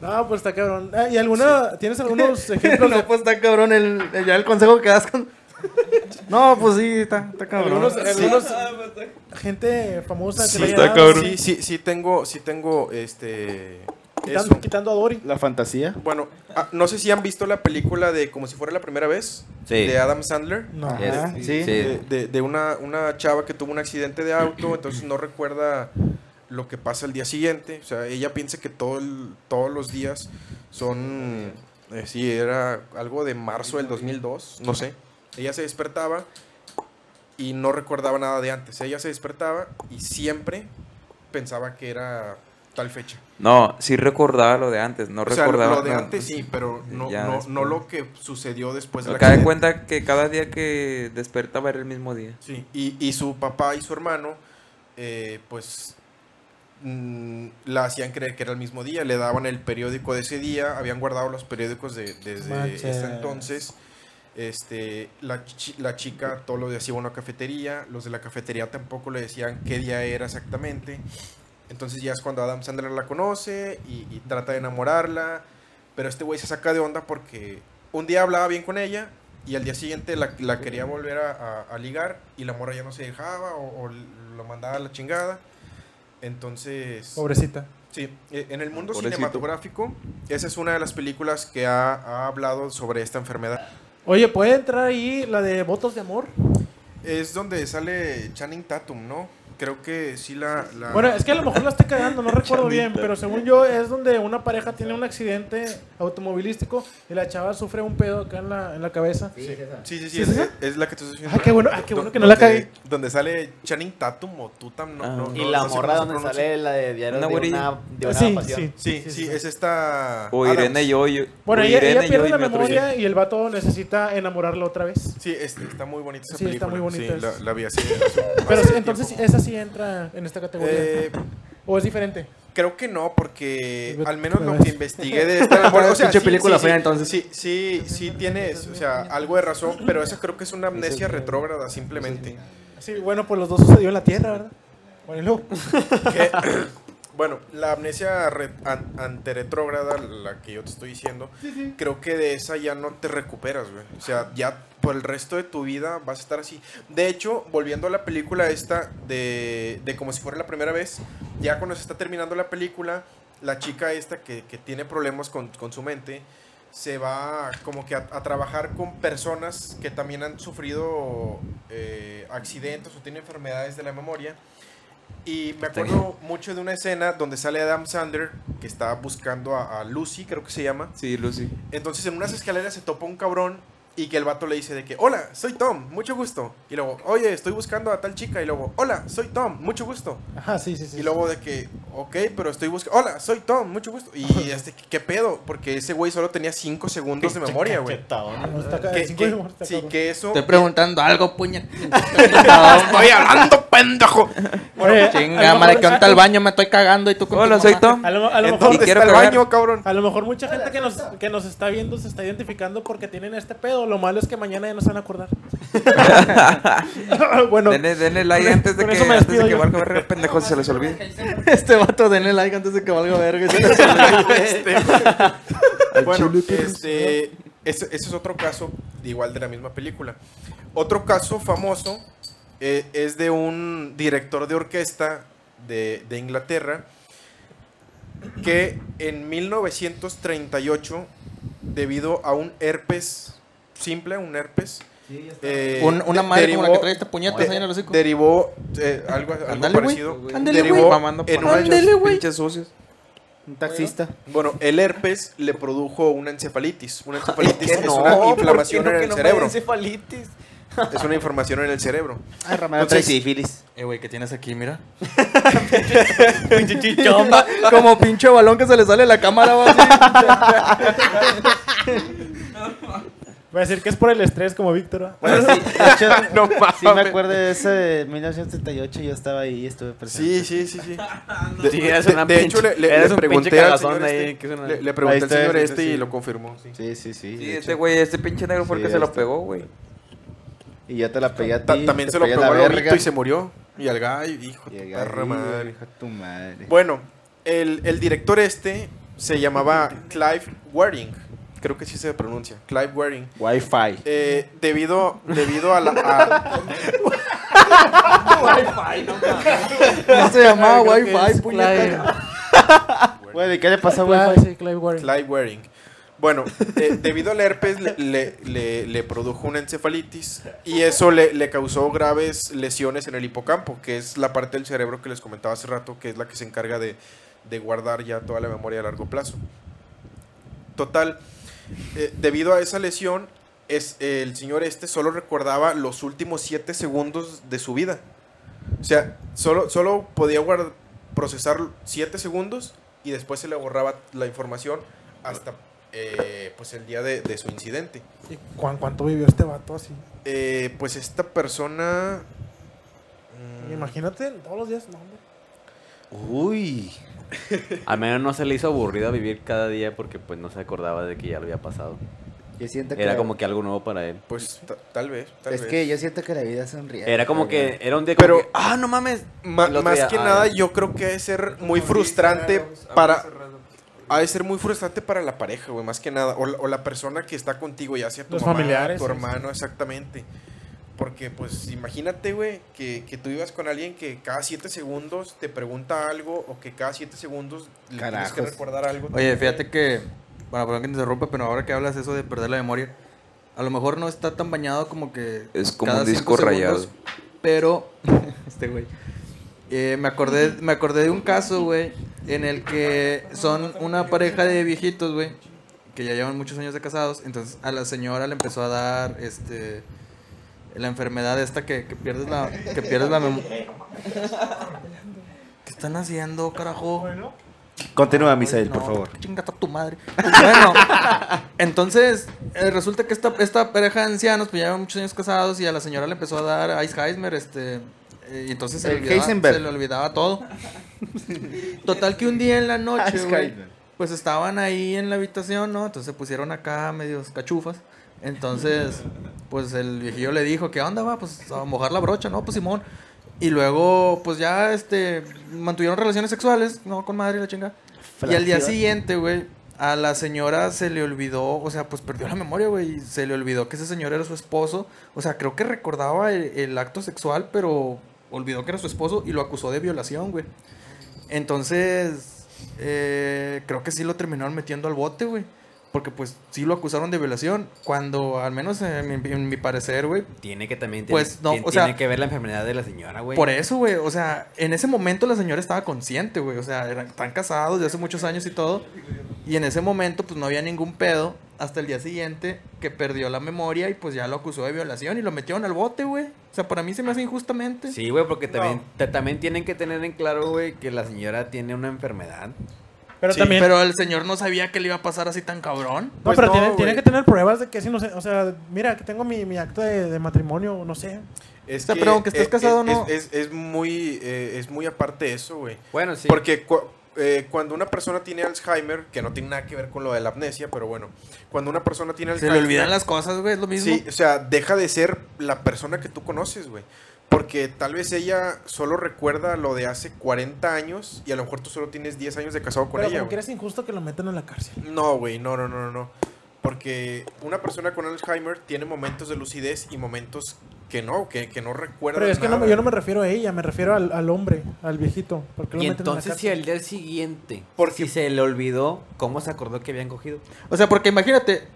No, pues está cabrón. Ah, ¿Y alguna, tienes algunos ejemplos de, no, pues está cabrón el, el- ya el consejo que das con... No, pues sí, está, está cabrón. algunos, algunos- Sí. gente famosa que Sí, le haya está dado? cabrón. Sí, sí, sí tengo, sí tengo, este, Quitando, eso. quitando a Dory. La fantasía. Bueno, ah, no sé si han visto la película de Como si fuera la primera vez, Sí. de Adam Sandler. No. ah, Ajá, Es- sí. De, de- de una, una chava que tuvo un accidente de auto, entonces no recuerda lo que pasa el día siguiente. O sea, ella piensa que todo el- todos los días son... eh, sí, era algo de marzo del 2002, no sé. Ella se despertaba y no recordaba nada de antes. Ella se despertaba y siempre pensaba que era tal fecha. No, sí recordaba lo de antes, no o sea, recordaba. lo de no. antes sí, pero no, Ya no, después. no lo que sucedió después de la Cada cuenta que cada día que despertaba era el mismo día. Sí, y, y su papá y su hermano, eh, pues, mm, la hacían creer que era el mismo día, le daban el periódico de ese día, habían guardado los periódicos de- desde Manches. ese entonces. Este, la, chi- la chica todo lo decía a una cafetería, los de la cafetería tampoco le decían qué día era exactamente. Entonces ya es cuando Adam Sandler la conoce y, y trata de enamorarla, pero este güey se saca de onda porque un día hablaba bien con ella y al día siguiente la, la quería volver a, a- a ligar y la morra ya no se dejaba o, o lo mandaba a la chingada. Entonces... Pobrecita. Sí, eh, en el mundo Pobrecito. cinematográfico, esa es una de las películas que ha, ha hablado sobre esta enfermedad. Oye, ¿puede entrar ahí la de votos de amor? Es donde sale Channing Tatum, ¿no? Creo que sí la... la- Bueno, es que a lo mejor la estoy cagando, no recuerdo bien, pero según yo es donde una pareja tiene un accidente automovilístico y la chava sufre un pedo acá en la, en la cabeza. Sí, sí, sí, ¿Sí es es, esa? es la que tú estás diciendo. Ah, qué bueno, ah, qué Do- bueno que no la donde- cagué. Donde sale Channing Tatum o Tutam, no, Ah. no, Y no- la no sé morra cómo se donde pronuncia. sale la de diario Una de güerilla. una, de Ah, una Sí, pasión. sí. Sí, sí, es esta... O Adams. Irene y yo. yo- Bueno, o ella, ella Irene y yo pierde y la mi otro memoria yo. y el vato necesita enamorarla otra vez. Sí, es- está muy bonita esa Sí, está película. muy bonita Sí, la, esa. la vi así. hace- Pero hace entonces eh, tiempo. esa sí entra en esta categoría. Eh, ¿O es diferente? Creo que no, porque Ve- al menos me lo ves. que investigué de esta memoria, o sea, Pinche sí, película sí, fea, sí, entonces. Sí, sí, sí tienes, o sea, algo de razón, pero eso creo que es una amnesia retrógrada simplemente. Sí, bueno, pues los dos sucedió en la Tierra, ¿verdad? Bueno, y luego. Que- bueno, la amnesia re- an- anteretrógrada, la que yo te estoy diciendo, creo que de esa ya no te recuperas, güey. O sea, ya por el resto de tu vida vas a estar así. De hecho, volviendo a la película esta de, de como si fuera la primera vez, ya cuando se está terminando la película, la chica esta que, que tiene problemas con, con su mente, se va como que a, a trabajar con personas que también han sufrido eh, accidentes o tienen enfermedades de la memoria. Y me acuerdo mucho de una escena donde sale Adam Sandler, que está buscando a, a Lucy, creo que se llama. Sí, Lucy. Entonces en unas escaleras se topa un cabrón y que el vato le dice de que, hola, soy Tom, mucho gusto. Y luego, oye, estoy buscando a tal chica. Y luego, hola, soy Tom, mucho gusto. Ajá, sí, sí, sí. Y luego de que, ok, pero estoy buscando, hola, soy Tom, mucho gusto. Y este, ¿qué pedo? Porque ese güey solo tenía 5 segundos de memoria, güey. Ah, no, está acá, Que- sí, que- güey, está sí, cabrón. que eso... Estoy preguntando algo, puña. ¡Estoy hablando, pendejo! Oye, a- Eh, a lo Chinga, mejor- madre, que a- ahorita al baño me estoy cagando y tú con tu Hola, soy mamá. Tom. A lo, a lo ¿En mejor, dónde quiero está el cagar. baño, cabrón? a lo mejor mucha gente que nos, que nos está viendo se está identificando porque tienen este pedo. Lo malo es que mañana ya no se van a acordar. bueno, Denle, denle like antes de con que, eso me antes de despido que yo. valga verga, pendejos, se les olvide. Este vato, denle like antes de que valga verga. bueno, este, ese, ese es otro caso, igual de la misma película. Otro caso famoso eh, es de un director de orquesta de, de Inglaterra que en 1938, debido a un herpes simple, un herpes. eh, Un- una de- madre como la que trae estas puñetas ahí en el hocico. Derivó eh, algo, algo Ándale, güey. parecido. Ándale, güey. derivó Mamando en por- una- Ándale, güey. pinches sucios. Un taxista. Bueno, el herpes le produjo una encefalitis. Una encefalitis es No, una ¿por qué inflamación no en que el no me dé cerebro. encefalitis? Es una información en el cerebro. Ay, Ah, Romero, Entonces, trae sífilis. Eh, güey, ¿qué tienes aquí? Mira. Pinche chichomba. Como pinche balón que se le sale de la cámara, va Voy a decir que es por el estrés como Víctor. ¿va? Bueno, sí, de hecho, No sí me mames. acuerdo de ese de 1978, yo estaba ahí y estuve presente. Sí, sí, sí, sí. De- Sí, eres una de hecho, pinche- le, le- eres le un pregunté pinche al calazón señor ahí, este, que es una- le, le pregunté Ahí al está, señor sí, este sí, y sí. lo confirmó. sí. Sí, sí, sí. Sí, de este hecho. güey, este pinche negro fue el Sí, que se ahí lo está. pegó, güey. Y yo te la pegué a Ta- ti. También te se lo pegué a pegó al la lobito verga. y se murió. Y al gallo, hijo de Y tu el perra gallo, madre. hijo de tu madre. Bueno, el, el director este se llamaba Clive Waring. Creo que sí se pronuncia. Clive Waring. Wi-Fi. Eh, debido, debido a la. a- No se llamaba Creo que Wi-Fi, es puñeta. Bueno, ¿y qué le pasó a Clive, Wi-Fi? sí, Clive Warren. Clive Waring. Bueno, eh, debido al herpes le, le- le- le produjo una encefalitis y eso le, le causó graves lesiones en el hipocampo, que es la parte del cerebro que les comentaba hace rato, que es la que se encarga de, de guardar ya toda la memoria a largo plazo. Total, eh, debido a esa lesión, es, el señor este solo recordaba los últimos 7 segundos de su vida. O sea, solo, solo podía guard- procesar 7 segundos y después se le borraba la información hasta eh, pues el día de, de su incidente. ¿Y cuán- ¿Cuánto vivió este vato así? Eh, pues esta persona... mm, Imagínate, todos los días, no, hombre. Uy. Al menos no se le hizo aburrido vivir cada día porque pues no se acordaba de que ya lo había pasado. Yo siento que Era la- como que algo nuevo para él. Pues ta- tal vez, tal es vez. que yo siento que la vida sonríe. Era como que era un día Pero- como que, ah, no mames. Ma- El otro más día, que ah, nada yo creo que ha de ser muy frustrante para... Ha de ser muy frustrante para la pareja, güey, más que nada. O la, o la persona que está contigo, ya sea tu Los mamá, familiares, tu sí, hermano, exactamente. Porque, pues, imagínate, güey, que, que tú ibas con alguien que cada siete segundos te pregunta algo o que cada siete segundos le tienes que Carajos. recordar algo. Oye, fíjate que. Bueno, perdón que te interrumpa, pero ahora que hablas eso de perder la memoria, a lo mejor no está tan bañado como que. Es como cada un cinco disco rayado. Pero. este güey. eh, me, acordé, me acordé de un caso, güey, en el que son una pareja de viejitos, güey, que ya llevan muchos años de casados. Entonces a la señora le empezó a dar este. La enfermedad esta que, que pierdes la, que pierdes la memoria. ¿Qué están haciendo, carajo? Continúa, Misael, No, por favor. qué Chingata tu madre. Bueno, entonces eh, resulta que esta, esta pareja de ancianos, pues ya llevan muchos años casados y a la señora le empezó a dar Alzheimer, este, eh, y entonces se, El le olvidaba, Heisenberg. se le olvidaba todo. Total que un día en la noche, güey, Alzheimer. pues estaban ahí en la habitación, ¿no? Entonces se pusieron acá medios cachufas. Entonces, pues el viejillo le dijo, ¿qué onda, va? Pues a mojar la brocha, ¿no? Pues Simón. Y luego, pues ya, este, mantuvieron relaciones sexuales, ¿no? Con madre y la chinga. Y al día Fracción. siguiente, güey, a la señora se le olvidó, o sea, pues perdió la memoria, güey, y se le olvidó que ese señor era su esposo. O sea, creo que recordaba el, el acto sexual, pero olvidó que era su esposo y lo acusó de violación, güey. Entonces, eh, creo que sí lo terminaron metiendo al bote, güey. Porque pues sí lo acusaron de violación, cuando al menos en mi, en mi parecer, güey, Tiene que también Pues, tiene, no, tiene- o sea- tiene que ver la enfermedad de la señora, güey. Por e-, eso, güey. O sea, en ese momento la señora estaba consciente, güey. O sea, eran, están casados de hace muchos años y todo. Y en ese momento, pues no había ningún pedo. Hasta el día siguiente que perdió la memoria y pues ya lo acusó de violación y lo metieron al bote, güey. O sea, para mí se me hace injustamente. Sí, güey, porque también, te- también tienen que tener en claro, güey, que la señora tiene una enfermedad. Pero Sí, también. Pero el señor no sabía que le iba a pasar así tan cabrón. no, Pues pero no, tiene, güey. tiene que tener pruebas de que es inocente. O sea, mira, que tengo mi, mi acto de, de matrimonio, no sé. Es eh, O sea, pero aunque estés es- casado, es- no. Es, es muy, eh, es muy aparte eso, güey. Bueno, sí. Porque cu- eh, cuando una persona tiene Alzheimer, que no tiene nada que ver con lo de la amnesia, pero bueno, cuando una persona tiene Se Alzheimer... le olvidan las cosas, güey. Es lo mismo. Sí, o sea, deja de ser la persona que tú conoces, güey. Porque tal vez ella solo recuerda lo de hace 40 años y a lo mejor tú solo tienes 10 años de casado con Pero ella. como güey. que es injusto que lo metan en la cárcel. No, güey, no, no, no, no, no. Porque una persona con Alzheimer tiene momentos de lucidez y momentos que no, que, que no recuerda. Pero es que no, nada. me- yo no me refiero a ella, me refiero al, al hombre, al viejito. Porque lo Y meten en la entonces si cárcel. al día siguiente, si se le olvidó, ¿cómo se acordó que habían cogido? O sea, porque imagínate.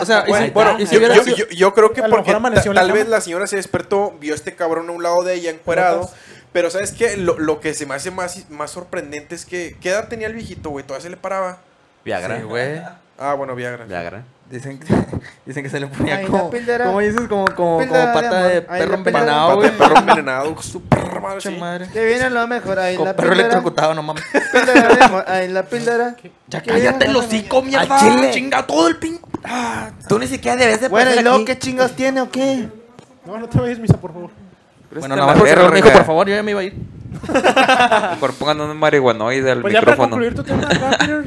O sea, y si- bueno, y si yo, hubiera yo- sido- yo- yo creo que A lo porque mejor amaneció ta- en la tal cama. vez la señora se despertó, vio a este cabrón a un lado de ella encuerado. Pero sabes que lo, lo que se me hace más, más sorprendente es que ¿qué edad tenía el viejito, güey? Todavía se le paraba. Viagra. Sí, güey. Ah, bueno, Viagra. Viagra. Dicen que, dicen que se le ponía Ay, la como. píldora. ¿Cómo dices? Como, como, como Píldora de pata amor. de Ay, la perro píldora. envenenado, Pata de güey. perro envenenado, super madre. Mucha madre. Que viene lo mejor ahí. Con La perro píldora. electrocutado, no mames. píldora de amor, Ahí la píldora. Ya Que viene cállate lo el mejor. hocico, Al mierda. chile. Chinga todo el pin. Ah, Tú ni siquiera debes de Bueno, pasar ¿y luego aquí. qué chingas tiene o qué? No, no te vayas, misa, por favor. Bueno, este nada más pues, porque Raúl me dijo, por favor, yo ya me iba a ir. Por pongan un marihuanoide al Pues ya para micrófono. concluir tu tema, acá, Peter,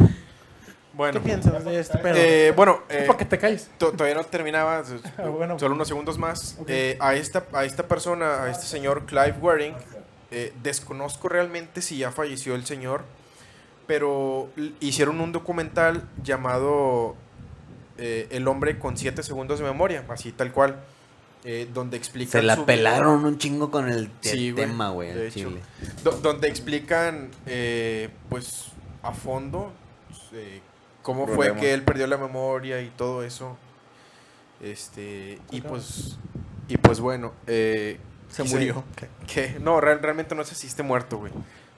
Bueno. ¿qué piensas de este pedo? Eh, bueno, eh, para que te calles. to- todavía no terminaba, s- Ah, bueno. solo unos segundos más. Ok. Eh, a, esta, a esta persona, a este señor Clive Waring, eh, desconozco realmente si ya falleció el señor, pero l- hicieron un documental llamado eh, El hombre con 7 segundos de memoria, así tal cual, eh, donde Se explican... la su- pelaron un chingo con el te- Sí, güey, tema, güey, de al hecho. chile. Do- donde explican, eh, pues, a fondo eh, cómo fue Problema. que él perdió la memoria y todo eso. Este, y pues, y pues bueno, eh, Se quise- murió. que, no, real- realmente no sé si esté muerto, güey.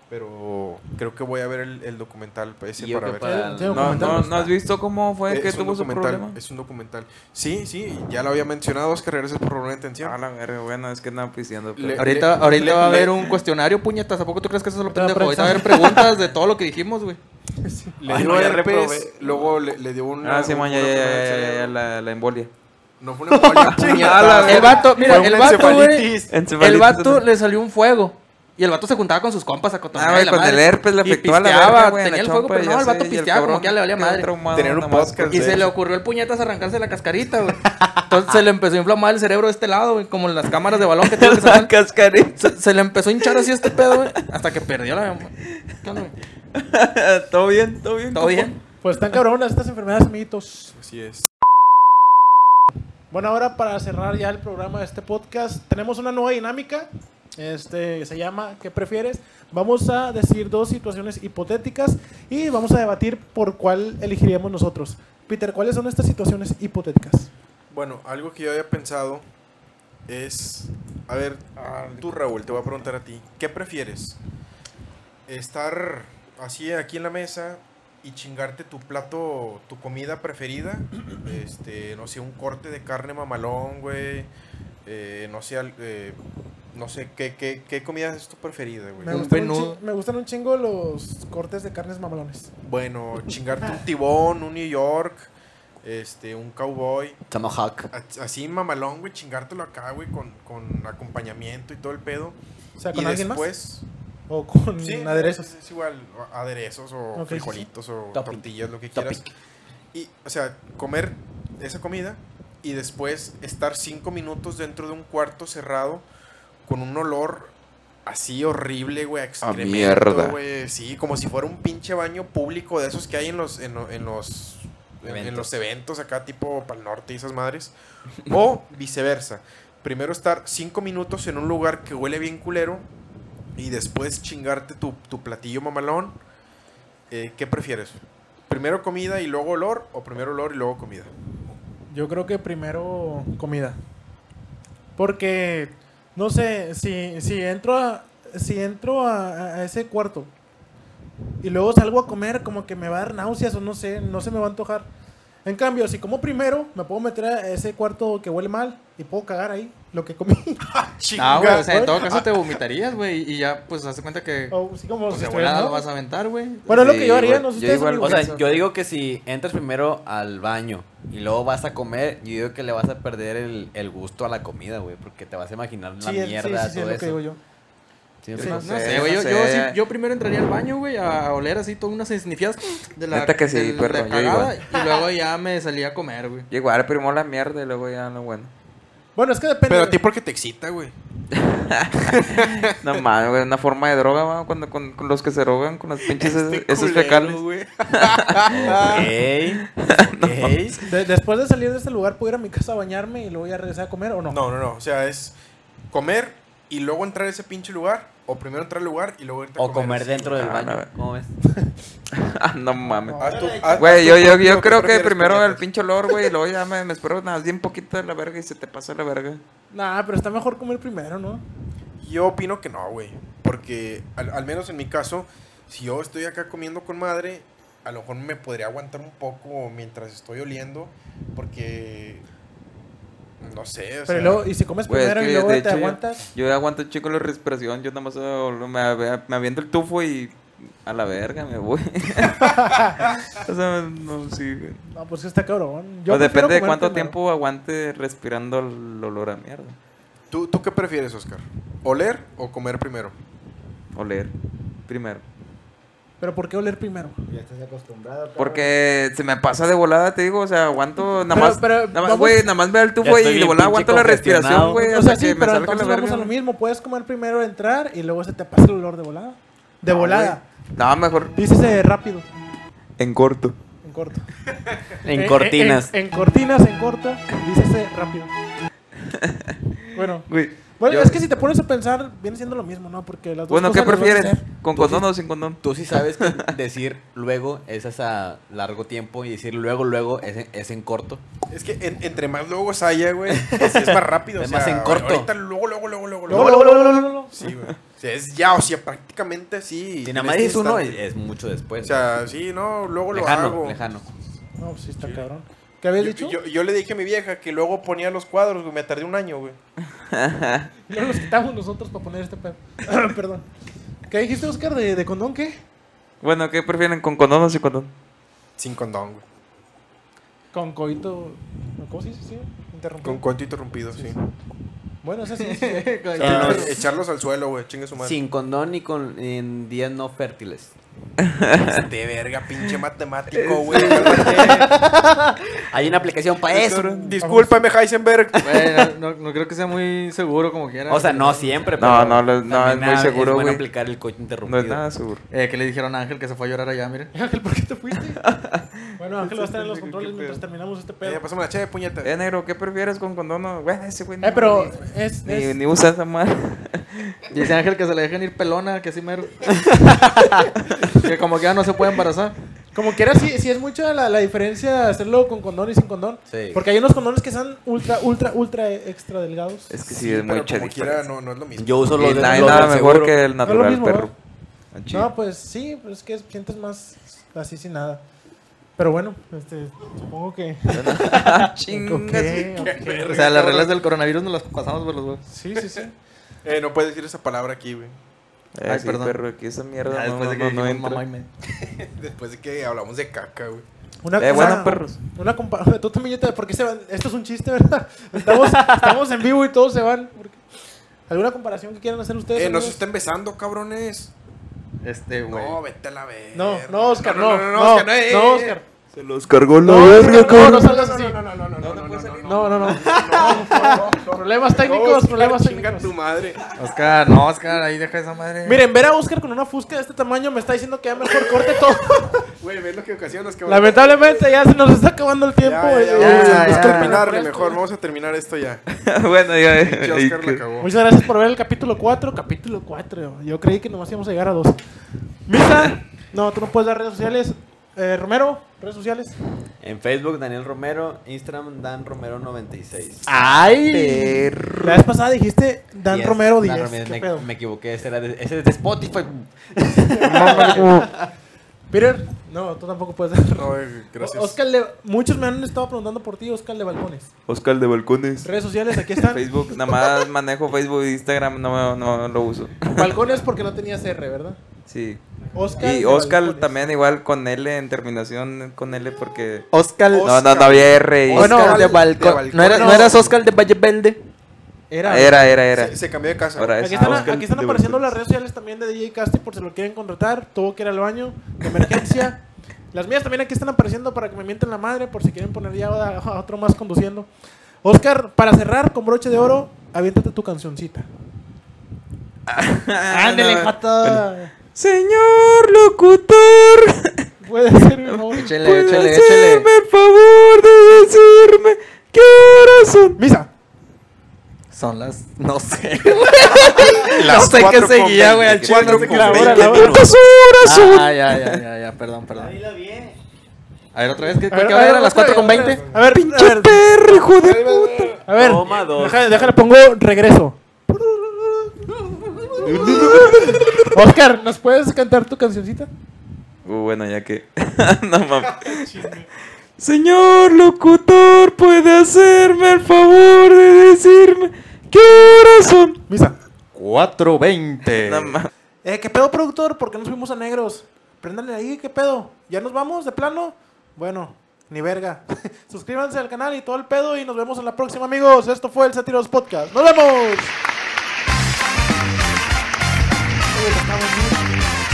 Pero creo que voy a ver el, el documental pues, ese Y yo para que ver. para- Tengo No, documental, no, pues, ¿no has visto cómo fue que Eh, es un tuvo su documental, problema? es un documental. Sí, sí, ya lo había mencionado, Oscar, regresas por problema de atención. A Ah, la verga, bueno, es que no diciendo. pero- Le- Ahorita, le- ahorita le- va a le- haber un cuestionario, puñetas. ¿A poco tú crees que eso es lo Otra pendejo? Ahorita va a haber prensa. preguntas de todo lo que dijimos, güey. Le Ay, dio no, ya herpes, reprobé. luego le, le dio una. Ah, sí, man, ya, una ya, enfermedad ya, del ya, ya, cerebro. la, la embolia. No fue una embolia, puñetada, El vato, mira, fue el una vato, güey. encefalitis. El Encefalitis. vato le salió un fuego. Y el vato se juntaba con sus compas a cotorrear. Ah, güey, y la con madre. el herpes le Y afectó a la pisteaba, verga, güey, en Tenía la el fuego, chompa, pero ya no, el sé, vato y el pisteaba como cabrón que ya le valía quedó madre. traumado Tener un nada más podcast Y por- se le ocurrió el puñetas arrancarse la cascarita, güey. Entonces se le empezó a inflamar el cerebro de este lado, güey. Como en las cámaras de balón que tienen que sacar. cascarita. Se, se le empezó a hinchar así este pedo, güey. Hasta que perdió la memoria. ¿Qué onda, güey? ¿Todo bien? ¿Todo bien? ¿Todo bien? Pues están cabronas estas enfermedades, amiguitos. Así es. Bueno, ahora para cerrar ya el programa de este podcast, tenemos una nueva dinámica. Este se llama ¿Qué prefieres? Vamos a decir dos situaciones hipotéticas y vamos a debatir por cuál elegiríamos nosotros. Peter, ¿cuáles son estas situaciones hipotéticas? Bueno, algo que yo había pensado es. A ver, tú, Raúl, te voy a preguntar a ti. ¿Qué prefieres? ¿Estar así aquí en la mesa y chingarte tu plato, tu comida preferida? Este, no sé, un corte de carne mamalón, güey. Eh, no sé, al- eh, no sé, ¿qué, qué, qué comida es tu preferida, güey? Me, Un gustan un, penudo. chi- me gustan un chingo los cortes de carnes mamalones. Bueno, chingarte un tibón, un New York, este, un cowboy. Tomahawk. a- así mamalón, güey, chingártelo acá, güey, con, con acompañamiento y todo el pedo. O sea, y ¿con alguien después, más? ¿O con sí, aderezos? Es, es igual, o- aderezos o Ok, sí, frijolitos o Topping. tortillas, lo que quieras. Topic. Y, o sea, comer esa comida y después estar cinco minutos dentro de un cuarto cerrado con un olor así horrible, güey, a excremento, mierda. güey, sí, como si fuera un pinche baño público de esos que hay en los en, lo- en los en- en, Eventos. los eventos acá tipo para el norte y esas madres o viceversa. Primero estar cinco minutos en un lugar que huele bien culero y después chingarte tu, tu platillo mamalón. Eh, ¿Qué prefieres? ¿Primero comida y luego olor o primero olor y luego comida? Yo creo que primero comida. Porque, no sé, si, si entro, a, si entro a, a ese cuarto y luego salgo a comer, como que me va a dar náuseas o no sé, no se me va a antojar. En cambio, si como primero, me puedo meter a ese cuarto que huele mal y puedo cagar ahí lo que comí. No, güey, o sea, güey. en todo caso te vomitarías, güey. Y ya, pues, hace cuenta que. O así como Pues si de estuviera, volada ¿no? lo vas a aventar, güey. Bueno, es lo Sí, que yo haría, güey, no sé yo ustedes. igual- amigos. O sea, yo digo que si entras primero al baño y luego vas a comer, yo digo que le vas a perder el, el gusto a la comida, güey, porque te vas a imaginar la Sí, es- sí, mierda, sí, sí, es todo lo que eso. digo yo. Sí, Yo sí. no No sé, sé, güey. Yo, no yo, sé. sí- yo primero entraría al baño, güey, a oler así todas unas esnifiadas de la. Neta que sí, de la perro, yo cagada, igual. Y luego ya me salía a comer, güey. Llegó, ahora primó la mierda y luego ya no, bueno. Bueno, es que depende. Pero a ti porque te excita, güey. no mames, güey, una forma de droga, va, cuando con, con los que se drogan con las pinches esos fecales. Ah, No mames. De- después de salir de este lugar, ¿puedo ir a mi casa a bañarme y luego ya regresar a comer o no? No, no, no. O sea, es comer y luego entrar a ese pinche lugar. O primero entrar al lugar y luego irte a O comer así, dentro del güey. baño. ¿Cómo ves? Ah, no mames. Haz tu- haz- Güey, haz yo, tu yo, propio yo creo que prefieres, primero el puñetas. pinche olor, güey, y luego ya me, me espero nada, más bien poquito de la verga y se te pasa la verga. Nah, pero está mejor comer primero, ¿no? Yo opino que no, güey. Porque al, al menos en mi caso, si yo estoy acá comiendo con madre, a lo mejor me podría aguantar un poco mientras estoy oliendo. Porque. No sé. Pero O sea, luego, y si comes Güey, Pues es Pues primero que y luego de te hecho yo- aguantas. Yo, aguanto un chico la respiración, yo nada más eh, me, av- me aviento el tufo y a la verga me voy. o sea, no, sí, güey. No, pues que está cabrón. O prefiero depende de comer cuánto primero. tiempo aguante respirando el olor a mierda. ¿tú, ¿Tú qué prefieres, Oscar? ¿Oler o comer primero? Oler primero. Pero ¿por qué oler primero? Ya estás acostumbrado. Porque se me pasa de volada, te digo, o sea, aguanto nada Pero- más, pero nada más, vamos- güey, nada más veo el Ya tufo estoy y de bien volada pinche aguanto la respiración, congestionado. güey, o sea, sí, hasta Pues, que me pero salga la entonces vamos a verga. lo mismo. Puedes comer primero, entrar y luego se te pasa el olor de volada. De No, volada. Ah, güey. No, mejor Dícese rápido, En corto. en corto. Eh, eh, En cortinas. En, en cortinas, en corto. Dícese rápido. bueno. Güey, Bueno, yo- es que si te pones a pensar, viene siendo lo mismo, ¿no? Porque las dos Bueno, ¿qué cosas las vas a prefieres? hacer. ¿Con Tú condón sí- o sin condón? eh, Tú sí sabes que decir luego es hasta largo tiempo y decir luego, luego es en, es en corto. Es que en- entre más logos haya, güey, pues, es, es más rápido. Es o sea, más en corto. Ahorita luego, luego, luego, luego. Luego, luego, luego, luego, luego. Sí, güey. O sea, es ya, o sea, prácticamente así. Si en nada más este dices uno, es, instante. es mucho O después. sea, sí, no, luego lejano, lo hago. lejano. No, pues sí, está cabrón. ¿Qué habías Yo- dicho? Yo, yo le dije a mi vieja que luego ponía los cuadros, güey. Me tardé un año, güey. No los quitamos nosotros para poner este pedo. Perdón. ¿Qué dijiste, Oscar? ¿De, de condón qué? Bueno, ¿qué prefieren? ¿Con condón o sin condón? Sin condón, güey. Con coito. ¿Cómo se dice? Sí, interrumpido. Con cuento interrumpido, sí. Bueno, eso sí. sí, sí. O sea, Ah, e- echarlos al suelo, güey. Chingue su madre. Sin condón y con, en días no fértiles. De verga, pinche matemático, güey. Hay una aplicación para eso. Discúlpame, Heisenberg. Güey, no, no- no creo que sea muy seguro como quiera. O sea, no siempre. No, pero no, lo- no, también es muy a- seguro, bueno güey. aplicar el coche interrumpido. No es nada seguro. Eh, que le dijeron a Ángel que se fue a llorar allá, miren. Ángel, ¿por qué te fuiste? Bueno, Ángel va a estar en los controles mientras terminamos este Eh, pedo. pásame la chave, puñeta. Eh, negro, ¿qué prefieres con condón o...? Güey, ese güey Eh, pero ni- es. Ni, es- ni usa esa madre. Dice Ángel que se le dejen ir pelona, que así mero. que como que ya no se puede embarazar. Como quiera, sí, sí es mucha la, la diferencia hacerlo con condón y sin condón. Sí. Porque hay unos condones que están ultra, ultra, ultra eh, extra delgados. Es que sí, es Pero muy como diferencia. quiera, no, no es lo mismo. Yo uso los Y de no hay los nada del mejor seguro. que el No es lo natural, mismo, perro. ¿verdad? Al chile. No, pues sí, pero es que sientes más así sin nada. Pero bueno, este, supongo que. Chingas, Ok, ok. O sea, las reglas del coronavirus nos las pasamos por los huevos. Sí, sí, sí. Eh, no puedes decir esa palabra aquí, güey. Ay, Ay, perdón. perdón. Eh, perro, aquí esa mierda no, Ya después de que no, no dijimos entra. mamá y media. Después de que hablamos de caca, güey. Una cosa- Eh, bueno, perros. Una compa- Tú también, yo te- ¿por qué se van? Esto es un chiste, ¿verdad? Estamos, estamos en vivo y todos se van. ¿Por qué? ¿Alguna comparación que quieran hacer ustedes? Eh, no se amigos? estén besando, cabrones. Este, güey. No, vete a la verga. no, no, Oscar, no. No, no, Oscar, eh, eh, eh. Oscar. Se los cargó la No, verga, Oscar, no, no cabrón. salgas así. No, no, no, no, no, no, no, no, No, no. no, no. Problemas técnicos, Oscar, problemas Chinga tu técnicos. madre. Oscar, no, Oscar, ahí deja esa madre. Miren, ver a Oscar con una fusca de este tamaño me está diciendo que ya mejor corte todo. Güey, ves lo que ocasionan los cabrones. Lamentablemente ya se nos está acabando el tiempo. Ya, ya, ya, Eh, vamos a- eh, vamos a disculpen terminarle por esto. mejor, vamos a terminar esto ya. bueno, ya. Pinche y Oscar la que- cagó. Muchas gracias por ver el capítulo 4. Capítulo 4. Yo creí que nomás íbamos a llegar a 2. Misa. No, tú no puedes dar redes sociales. Eh, Romero, redes sociales. En Facebook, Daniel Romero. Instagram, Dan Romero 96. ¡Ay! La vez pasada dijiste Dan Eh, Yes, Romero Dan 10. Romero, ¿Qué me, pedo? me equivoqué. Ese, era de, ese es de Spotify. Peter, no, tú tampoco puedes dar. No, eh, gracias. Oscar Le- Muchos me han estado preguntando por ti, Oscar de Balcones. Oscar de Balcones. Redes sociales, aquí están. Facebook, nada más manejo Facebook e Instagram, no, no lo uso. Balcones porque no tenías R, ¿verdad? Sí. Oscar. Y de Oscar Balcones. también igual con L en terminación con L porque... Oscar. No, no, no había R. y- Bueno, Oscar de de balcón. balcón. ¿No, era- no No. eras Oscar de Valle Verde? Era. Era, era, era. Se, se cambió de casa. Ahora es Aquí están, Oscar aquí están de apareciendo las Balcones. redes sociales también de DJ Casti por si lo quieren contratar. Tuvo que ir al baño, de emergencia. las mías también aquí están apareciendo para que me mienten la madre por si quieren poner ya a, a otro más conduciendo. Oscar, para cerrar con broche de oro, aviéntate tu cancioncita. Ándale, pato. Señor locutor. Puede ser mi favor. Pues, Échale, échale, échale. el favor de decirme qué horas son. Misa. Son las. No sé. Las no sé qué cuatro con seguía, güey, al veinte- cuatro chile. con La hora, la veinte hora. horas minutos, horas, son. Ah, ya, ya, ya, ya, perdón, perdón. A ver, otra vez, ¿qué, A ver, qué a hora ver, eran? ¿Las otra 4 con vez, otra 20? vez. A ver, pinche perro, hijo de puta. A ver, Toma dos. Déjale, déjale, pongo regreso. Oscar, ¿nos puedes cantar tu cancioncita? Uh, bueno, ya que. no mames. Señor locutor, ¿puede hacerme el favor de decirme qué horas son? Misa. 420. No mames. Eh, ¿qué pedo, productor? ¿Por qué nos fuimos a negros? Prendanle ahí, ¿qué pedo? ¿Ya nos vamos de plano? Bueno, ni verga. Suscríbanse al canal y todo el pedo y nos vemos en la próxima, amigos. Esto fue el Sátiros Podcast. ¡Nos vemos! Oye, te estamos viendo.